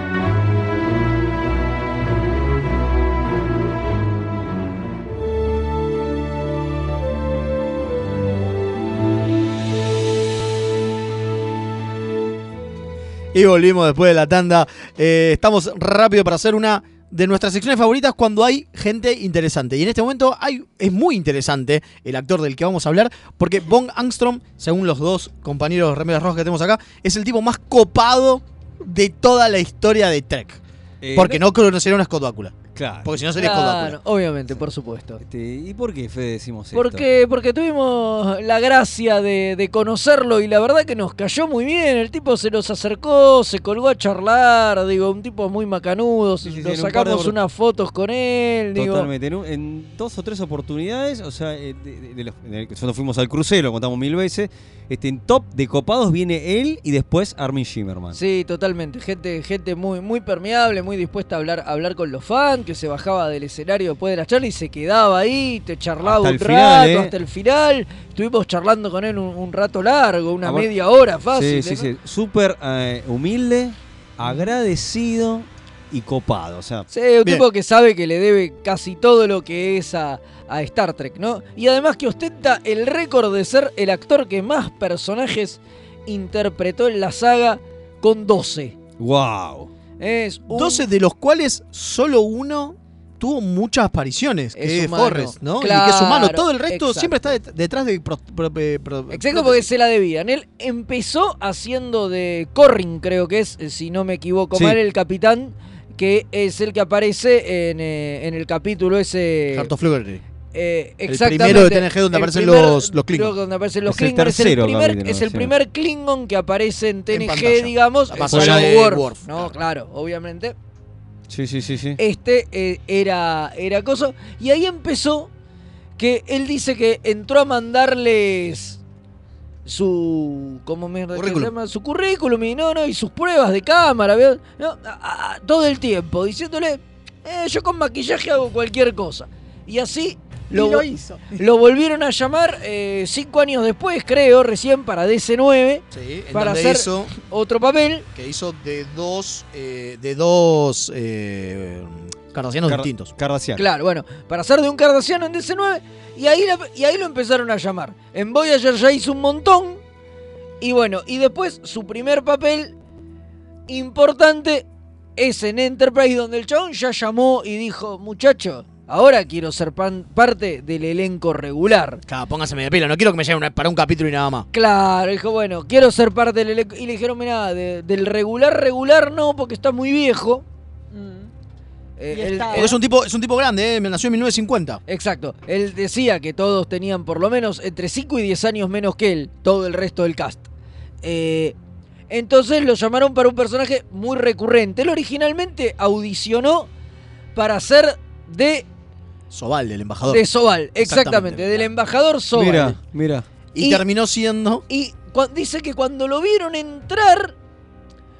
S1: Y volvimos después de la tanda. Eh, estamos rápido para hacer una de nuestras secciones favoritas cuando hay gente interesante. Y en este momento hay, es muy interesante el actor del que vamos a hablar, porque Von Angstrom, según los dos compañeros de Remeras Rojas que tenemos acá, es el tipo más copado de toda la historia de Trek.
S6: Eh,
S1: porque
S6: no-
S1: no creo que no sería una escodácula.
S6: Claro.
S1: Porque si no sería
S2: Claro,
S1: escodácula.
S2: obviamente, por supuesto.
S6: Este, ¿Y por qué, Fede, decimos esto?
S2: Porque, porque tuvimos la gracia de, de conocerlo y la verdad que nos cayó muy bien. El tipo se nos acercó, se colgó a charlar, digo, un tipo muy macanudo.
S6: sí,
S2: nos
S6: en un par de
S2: sacamos
S6: oportun-
S2: unas fotos con él, digo.
S6: Totalmente. En, un- en dos o tres oportunidades, o sea, eh, de- de- de los- en el que nosotros fuimos al crucero, lo contamos mil veces. Este, en top de copados viene él y después Armin Shimmerman.
S2: Sí, totalmente. Gente, gente muy, muy permeable, muy dispuesta a hablar, a hablar con los fans, que se bajaba del escenario después de la charla y se quedaba ahí, te charlaba
S6: Hasta
S2: un
S6: el
S2: rato
S6: final, ¿eh?
S2: hasta el final. Estuvimos charlando con él un, un rato largo, una
S6: Apar-
S2: media hora fácil.
S6: Sí,
S2: ¿eh?
S6: sí, sí. Súper eh, humilde, agradecido y copado. O sea,
S2: Sí, un tipo que sabe que le debe casi todo lo que es a, a Star Trek, ¿no? Y además que ostenta el récord de ser el actor que más personajes interpretó en la saga con 12.
S6: ¡Wow!
S2: Es un-
S1: 12 de los cuales solo uno tuvo muchas apariciones, que
S2: Es
S1: es,
S2: humano.
S1: Forrest, ¿no? y que es
S2: Claro,
S1: humano. Todo el resto
S2: exacto.
S1: siempre está det- detrás de... pro- pro- pe- pro-
S2: Exacto, porque se la debían. Él empezó haciendo de Corrin, creo que es, eh, si no me equivoco
S1: Sí.
S2: mal, el capitán, que es el que aparece en, eh, en el capítulo ese.
S1: Heart of Fury.
S2: Eh,
S1: El
S2: exactamente.
S1: primero de TNG donde
S2: El
S1: aparecen
S2: primer-
S1: los- los Klingon.
S2: creo que donde aparecen los
S1: Es el
S2: Klingon. Es el
S1: tercero
S2: primer,
S1: capítulo,
S2: es el
S1: sí.
S2: primer Klingon que aparece en TNG,
S1: pantalla.
S2: digamos.
S1: La pasada
S2: excepto
S1: de
S2: Worf,
S1: Worf,
S2: No, claro, obviamente
S6: sí, sí, sí. sí.
S2: este eh, era, era coso. Y ahí empezó que él dice que entró a mandarles su ¿cómo mierda que se
S1: Currículum.
S2: llama? su currículum y no no y sus pruebas de cámara ¿veo? No, a- a- todo el tiempo diciéndole "Eh, yo con maquillaje hago cualquier cosa y así
S3: Y lo
S2: vo-
S3: hizo.
S2: lo volvieron a llamar eh, cinco años después creo recién para DC9
S1: Sí, en
S2: para
S1: donde
S2: hacer
S1: hizo-
S2: otro papel
S1: Que hizo de dos, eh, de dos eh, cardassianos
S6: Car-
S1: distintos.
S6: Cardassianos.
S2: Claro, bueno, para ser de un Cardassiano en DC9 y ahí, la- y ahí lo empezaron a llamar. En Voyager ya hizo un montón y bueno, y después su primer papel importante es en Enterprise donde el chabón ya llamó y dijo, muchacho, ahora quiero ser pan- parte del elenco regular.
S1: Claro, póngase media pila, no quiero que me lleven una- para un capítulo y nada más.
S2: Claro, dijo, bueno, quiero ser parte del elenco. Y le dijeron, mirá, de- del regular, regular no, porque está muy viejo.
S3: Mm,
S2: Eh,
S3: Y
S2: el-
S3: está-
S2: el-
S1: Porque es un tipo, es un tipo grande, eh, nació en 1950.
S2: Exacto. Él decía que todos tenían por lo menos entre 5 y 10 años menos que él, todo el resto del cast. Eh, entonces lo llamaron para un personaje muy recurrente. Él originalmente audicionó para ser de,
S1: Sobal, el embajador.
S2: de Sobal, exactamente, del embajador Sobal.
S6: Mira, mira.
S1: Y,
S2: Y-
S1: terminó siendo.
S2: Y cua- dice que cuando lo vieron entrar,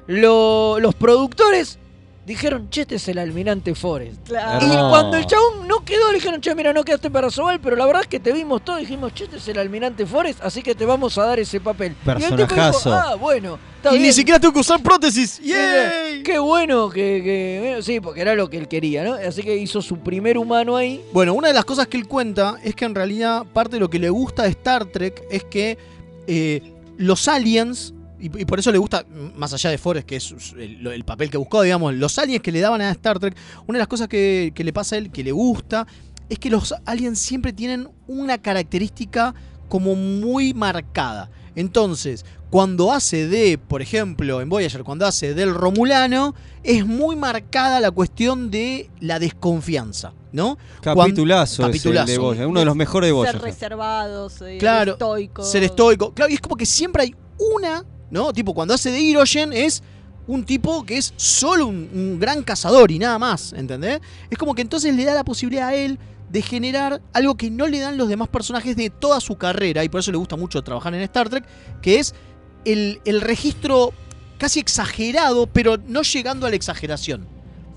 S2: lo- los productores dijeron, che, este es el almirante Forrest.
S3: Claro.
S2: Y
S6: Hermoso.
S2: cuando el chabón no quedó, le dijeron, che, mira, no quedaste para Sobal, pero la verdad es que te vimos todo, dijimos, che, este es el almirante Forrest, así que te vamos a dar ese papel. Y el tipo dijo,
S6: Personajazo.
S2: ah, bueno, está
S1: y
S2: bien. Eh,
S1: ni siquiera tuvo que usar prótesis. ¡Yay!
S2: Qué bueno que, que- bueno, Sí, porque era lo que él quería, ¿no? Así que hizo su primer humano ahí.
S1: Bueno, una de las cosas que él cuenta es que en realidad parte de lo que le gusta de Star Trek es que eh, los aliens, y, y por eso le gusta, m- más allá de Forrest, que es su- su- el, el papel que buscó, digamos, los aliens que le daban a Star Trek, una de las cosas que, que le pasa a él, que le gusta, es que los aliens siempre tienen una característica como muy marcada. Entonces, cuando hace de, por ejemplo, en Voyager, cuando hace del Romulano, es muy marcada la cuestión de la desconfianza, ¿no?
S6: Capitulazo,
S1: Cuan-
S6: es el de Voyager, uno de los mejores de
S3: Ser
S6: Voyager.
S3: reservados, eh,
S1: Claro,
S3: estoicos.
S1: Ser estoico. Claro, y es como que siempre hay una, ¿no? Tipo, cuando hace de Hirogen es un tipo que es solo un, un gran cazador y nada más, ¿entendés? Es como que entonces le da la posibilidad a él de generar algo que no le dan los demás personajes de toda su carrera, y por eso le gusta mucho trabajar en Star Trek, que es el, el registro casi exagerado, pero no llegando a la exageración. ¿no?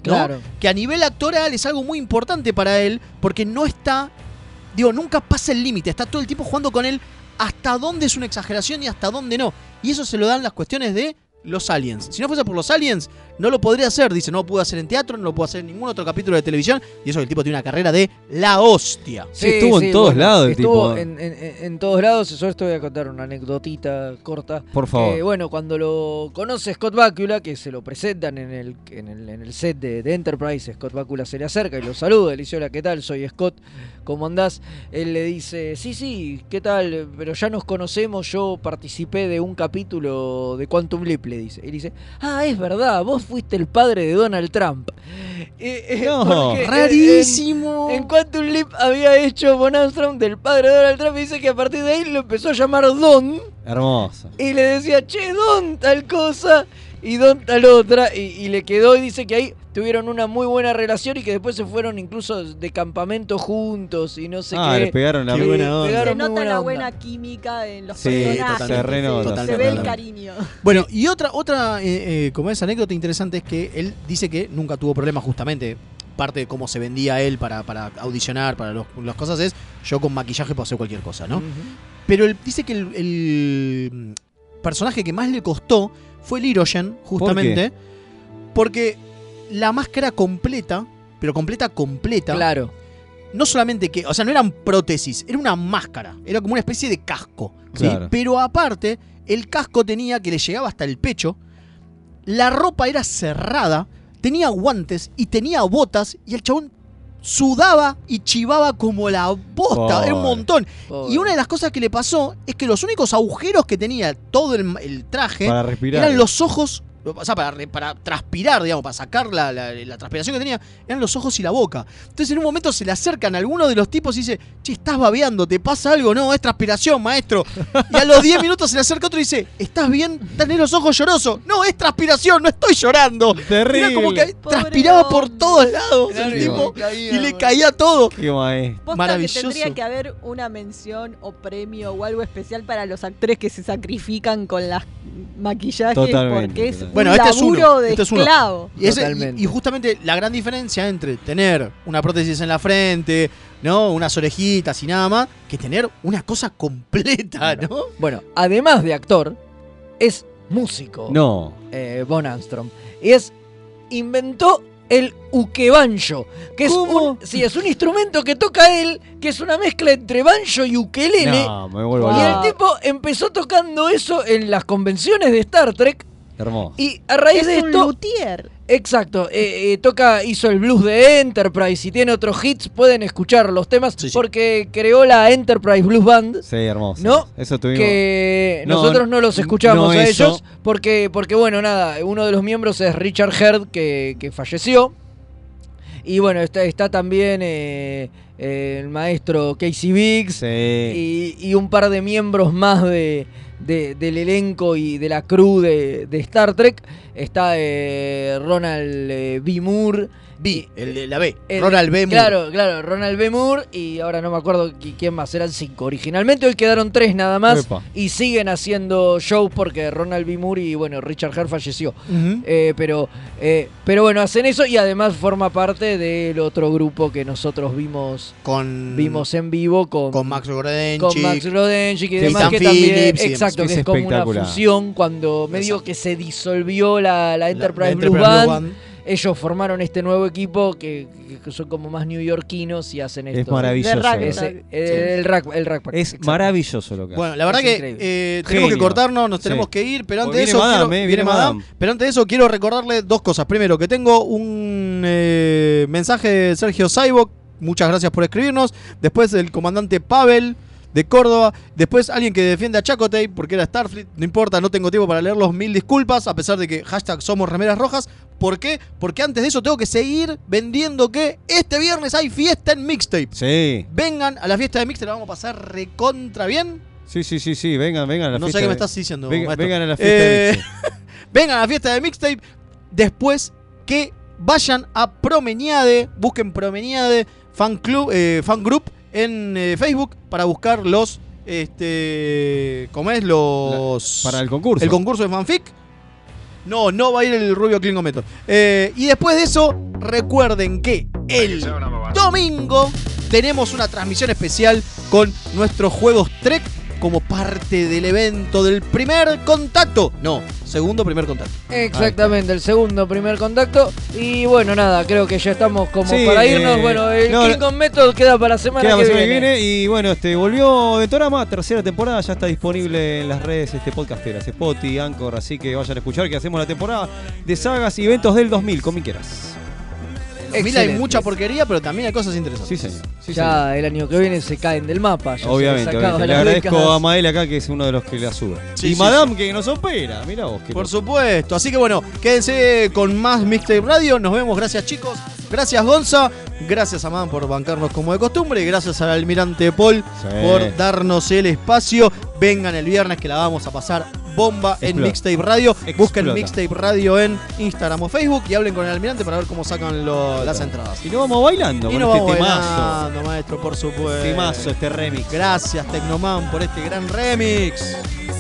S2: Claro.
S1: Que a nivel actoral es algo muy importante para él, porque no está, digo, nunca pasa el límite, está todo el tiempo jugando con él hasta dónde es una exageración y hasta dónde no. Y eso se lo dan las cuestiones de los aliens. Si no fuese por los aliens, no lo podría hacer. Dice, no lo pude hacer en teatro, no lo puedo hacer en ningún otro capítulo de televisión. Y eso, el tipo tiene una carrera de la hostia.
S6: Sí, estuvo en todos lados el
S2: estuvo
S6: tipo.
S2: En, en- en todos lados. Yo esto voy a contar una anecdotita corta.
S6: Por favor.
S2: Que, Eh, bueno, cuando lo conoce Scott Bakula, que se lo presentan en el, en el, en el set de, de Enterprise, Scott Bakula se le acerca y lo saluda. Le dice, hola, ¿qué tal? Soy Scott, ¿cómo andás? Él le dice, sí, sí, ¿qué tal? Pero ya nos conocemos, yo participé de un capítulo de Quantum Leap, le dice. Y dice, ah, es verdad, vos fuiste el padre de Donald Trump. Eh, eh,
S6: No,
S2: porque, eh,
S1: rarísimo.
S2: En, en Quantum Leap había hecho Von Armstrong del padre de Donald Trump y dice que a partir de ahí lo empezó a llamar Don
S6: Hermoso.
S2: y le decía, che, Don tal cosa y Don tal otra. Y, y le quedó y dice que ahí tuvieron una muy buena relación y que después se fueron incluso de campamento juntos y no sé
S6: Ah,
S2: qué.
S6: le pegaron la
S2: Y
S6: buena onda.
S2: pegaron
S3: Se
S2: muy
S3: nota
S2: buena
S3: la
S2: onda.
S3: buena química en los
S6: Sí,
S3: personajes.
S6: se renota,
S3: se-
S6: totalmente,
S3: se ve el
S6: totalmente.
S3: cariño.
S1: Bueno, y otra, otra eh, eh, como es anécdota interesante, es que él dice que nunca tuvo problemas justamente. Parte de cómo se vendía él para, para audicionar, para los- las cosas es, yo con maquillaje puedo hacer cualquier cosa, ¿no? Pero él dice que el, el, mm, personaje que más le costó fue el Hirogen, justamente. Porque la máscara completa, pero completa, completa.
S2: Claro.
S1: No solamente que, o sea, no eran prótesis, era una máscara. Era como una especie de casco. ¿sí?
S6: Claro.
S1: Pero aparte, el casco tenía que le llegaba hasta el pecho. La ropa era cerrada, tenía guantes y tenía botas. Y el chabón sudaba y chivaba como la bosta. Era un
S6: Pobre.
S1: montón.
S2: Pobre.
S1: Y una de las cosas que le pasó es que los únicos agujeros que tenía todo el, el traje
S6: Para respirar.
S1: eran los ojos, o sea, para, re- para transpirar, digamos, para sacar la, la- la transpiración que tenía, eran los ojos y la boca. Entonces en un momento se le acercan a alguno de los tipos y dice, che, estás babeando, ¿te pasa algo? No, es transpiración, maestro. Y a los 10 minutos se le acerca otro y dice, ¿estás bien? ¿Tenés los ojos llorosos? No, es transpiración, no estoy llorando. Era
S6: Terrible.
S1: como que
S3: Pobre
S1: transpiraba
S3: hombre.
S1: por todos lados
S2: Claro,
S1: el
S6: y
S1: tipo,
S2: le caía,
S1: y le
S2: boludo.
S1: caía todo.
S6: Qué maestro.
S3: Posta
S1: Maravilloso.
S3: que tendría que haber una mención o premio o algo especial para los actores que se sacrifican con las maquillajes
S6: Totalmente,
S3: porque es
S6: totalmente.
S3: un
S1: Bueno, este es uno,
S3: laburo de
S1: este es uno.
S3: esclavo.
S1: Y, ese- y-
S2: Totalmente.
S1: y justamente la gran diferencia entre tener una prótesis en la frente, ¿no? Unas orejitas y nada más, que tener una cosa completa, ¿no?
S2: Bueno, además de actor, es músico
S6: No.
S2: eh, Von Armstrong. Y es, inventó el ukebanjo, que es
S6: ¿Cómo?
S2: un, sí, es un instrumento que toca él, que es una mezcla entre banjo y ukelele.
S6: No, me vuelvo
S2: Y el
S6: loco.
S2: tipo empezó tocando eso en las convenciones de Star Trek
S6: Hermoso.
S2: y a raíz
S3: Es
S2: de
S3: un
S2: esto,
S3: luthier.
S2: exacto, eh, eh, toca, hizo el blues de Enterprise y tiene otros hits, pueden escuchar los temas
S1: Sí, sí.
S2: porque creó la Enterprise Blues Band
S6: Sí, hermoso.
S2: No,
S6: Eso tuvimos.
S2: que
S6: No,
S2: nosotros no los escuchamos
S6: no
S2: a
S6: eso.
S2: ellos porque, porque, bueno, nada, uno de los miembros es Richard Herd que, que falleció. Y bueno, está, está también eh, eh, el maestro Casey Biggs
S6: Sí.
S2: y, y un par de miembros más de, de- del elenco y de la crew de, de Star Trek. Está eh, Ronald eh, B. Moore.
S1: B, el de la B,
S2: El-
S1: Ronald B. Moore.
S2: Claro, claro, Ronald B. Moore y ahora no me acuerdo qui- quién más, eran cinco. Originalmente hoy quedaron tres nada más
S6: Epa.
S2: y siguen haciendo shows porque Ronald B. Moore y bueno, Richard Hare falleció.
S1: Ujú.
S2: Eh, pero, eh, pero bueno, hacen eso y además forma parte del otro grupo que nosotros vimos,
S1: Con,
S2: vimos en vivo con,
S1: Mm. con Max Gordenchik.
S2: con Max Rodenchik y
S1: que
S2: demás,
S1: Stan
S2: que también,
S1: Phillips y demás.
S2: exacto,
S6: Es
S2: que es como una
S6: espectacular.
S2: fusión cuando medio
S1: Exacto.
S2: que se disolvió la, la
S1: La-
S2: Enterprise
S1: la
S2: Blues
S1: Enterprise Blue
S2: Band,
S1: Band.
S2: ellos formaron este nuevo equipo que, que son como más neoyorquinos y hacen esto.
S6: Es
S3: De
S6: maravilloso.
S3: rugby.
S6: loco.
S2: Ese- eh, el, rack, el rack pack,
S6: Es
S2: exacto.
S6: maravilloso lo que hace.
S1: Bueno, la verdad
S2: Es
S1: que
S2: increíble.
S1: eh, tenemos que
S6: Genio.
S1: cortarnos, nos
S6: Sí.
S1: tenemos que ir, pero
S6: Pues
S1: antes de eso.
S6: viene Madame,
S1: quiero,
S6: eh, viene Madame.
S1: Pero antes de eso quiero recordarle dos cosas. Primero, que tengo un eh, mensaje de Sergio Saibo. Muchas gracias por escribirnos. Después el comandante Pavel de Córdoba. Después alguien que defiende a Chacotay porque era Starfleet. No importa, no tengo tiempo para leerlos. Mil disculpas, a pesar de que hashtag somos remeras rojas. ¿Por qué? Porque antes de eso tengo que seguir vendiendo que este viernes hay fiesta en mixtape.
S6: Sí.
S1: Vengan a la fiesta de mixtape, la vamos a pasar recontra bien.
S6: Sí, sí, sí, sí. Vengan, vengan a la
S1: No
S6: fiesta.
S1: sé qué me
S6: de-
S1: estás diciendo.
S6: Venga-
S1: maestro. Eh,
S6: vengan a la fiesta de
S1: vengan a la fiesta de mixtape. Después que vayan a Promeniade, busquen Promeniade, fan, club, eh, fan group en eh, Facebook para buscar los. Este, ¿Cómo es? Los.
S6: La- para el concurso.
S1: El concurso de fanfic. No, no va a ir el Rubio Klingometo. Eh, y después de eso, recuerden que el domingo tenemos una transmisión especial con nuestros juegos Trek como parte del evento del primer contacto. No, segundo primer contacto.
S2: Exactamente, el segundo primer contacto. Y bueno, nada, creo que ya estamos como
S6: Sí,
S2: para irnos.
S6: eh,
S2: bueno, el
S6: no,
S2: King Kong Method queda para la semana,
S6: Queda
S2: que,
S6: la semana
S2: viene.
S6: y bueno, este volvió Betorama, tercera temporada, ya está disponible en las redes este podcasteras, Spotify, Anchor, así que vayan a escuchar que hacemos la temporada de sagas y eventos del 2000, comiqueras.
S1: Mira, hay
S2: Excelente.
S1: mucha porquería, pero también hay cosas interesantes.
S6: Sí, señor. Sí,
S2: ya el año que viene se caen del mapa. ya se
S6: Obviamente,
S2: les acaba
S6: obviamente. le
S2: las
S6: agradezco
S2: décadas.
S6: a Mael acá que es uno de los que la sube.
S1: Sí,
S6: y
S1: sí,
S6: Madame que nos opera, mira vos. qué
S1: Por supuesto. Así que bueno, quédense con más Mixtape Radio. Nos vemos. Gracias, chicos. Gracias, Gonza. Gracias, Amán, por bancarnos como de costumbre. Gracias al almirante Paul
S6: Sí.
S1: por darnos el espacio. Vengan el viernes que la vamos a pasar bomba en
S6: Explota.
S1: Mixtape Radio. Busquen
S6: Explota.
S1: Mixtape Radio en Instagram o Facebook y hablen con el almirante para ver cómo sacan lo- las entradas.
S6: Y nos vamos bailando
S1: Y
S6: con
S1: nos
S6: este
S1: vamos
S6: temazo.
S1: bailando, maestro, por supuesto.
S6: Temazo, este remix.
S1: Gracias, Tecnoman, por este gran remix.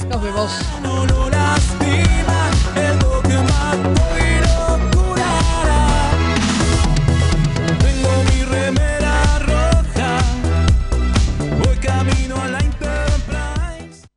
S2: Nos vemos.
S5: No lo lastima, es lo que mató.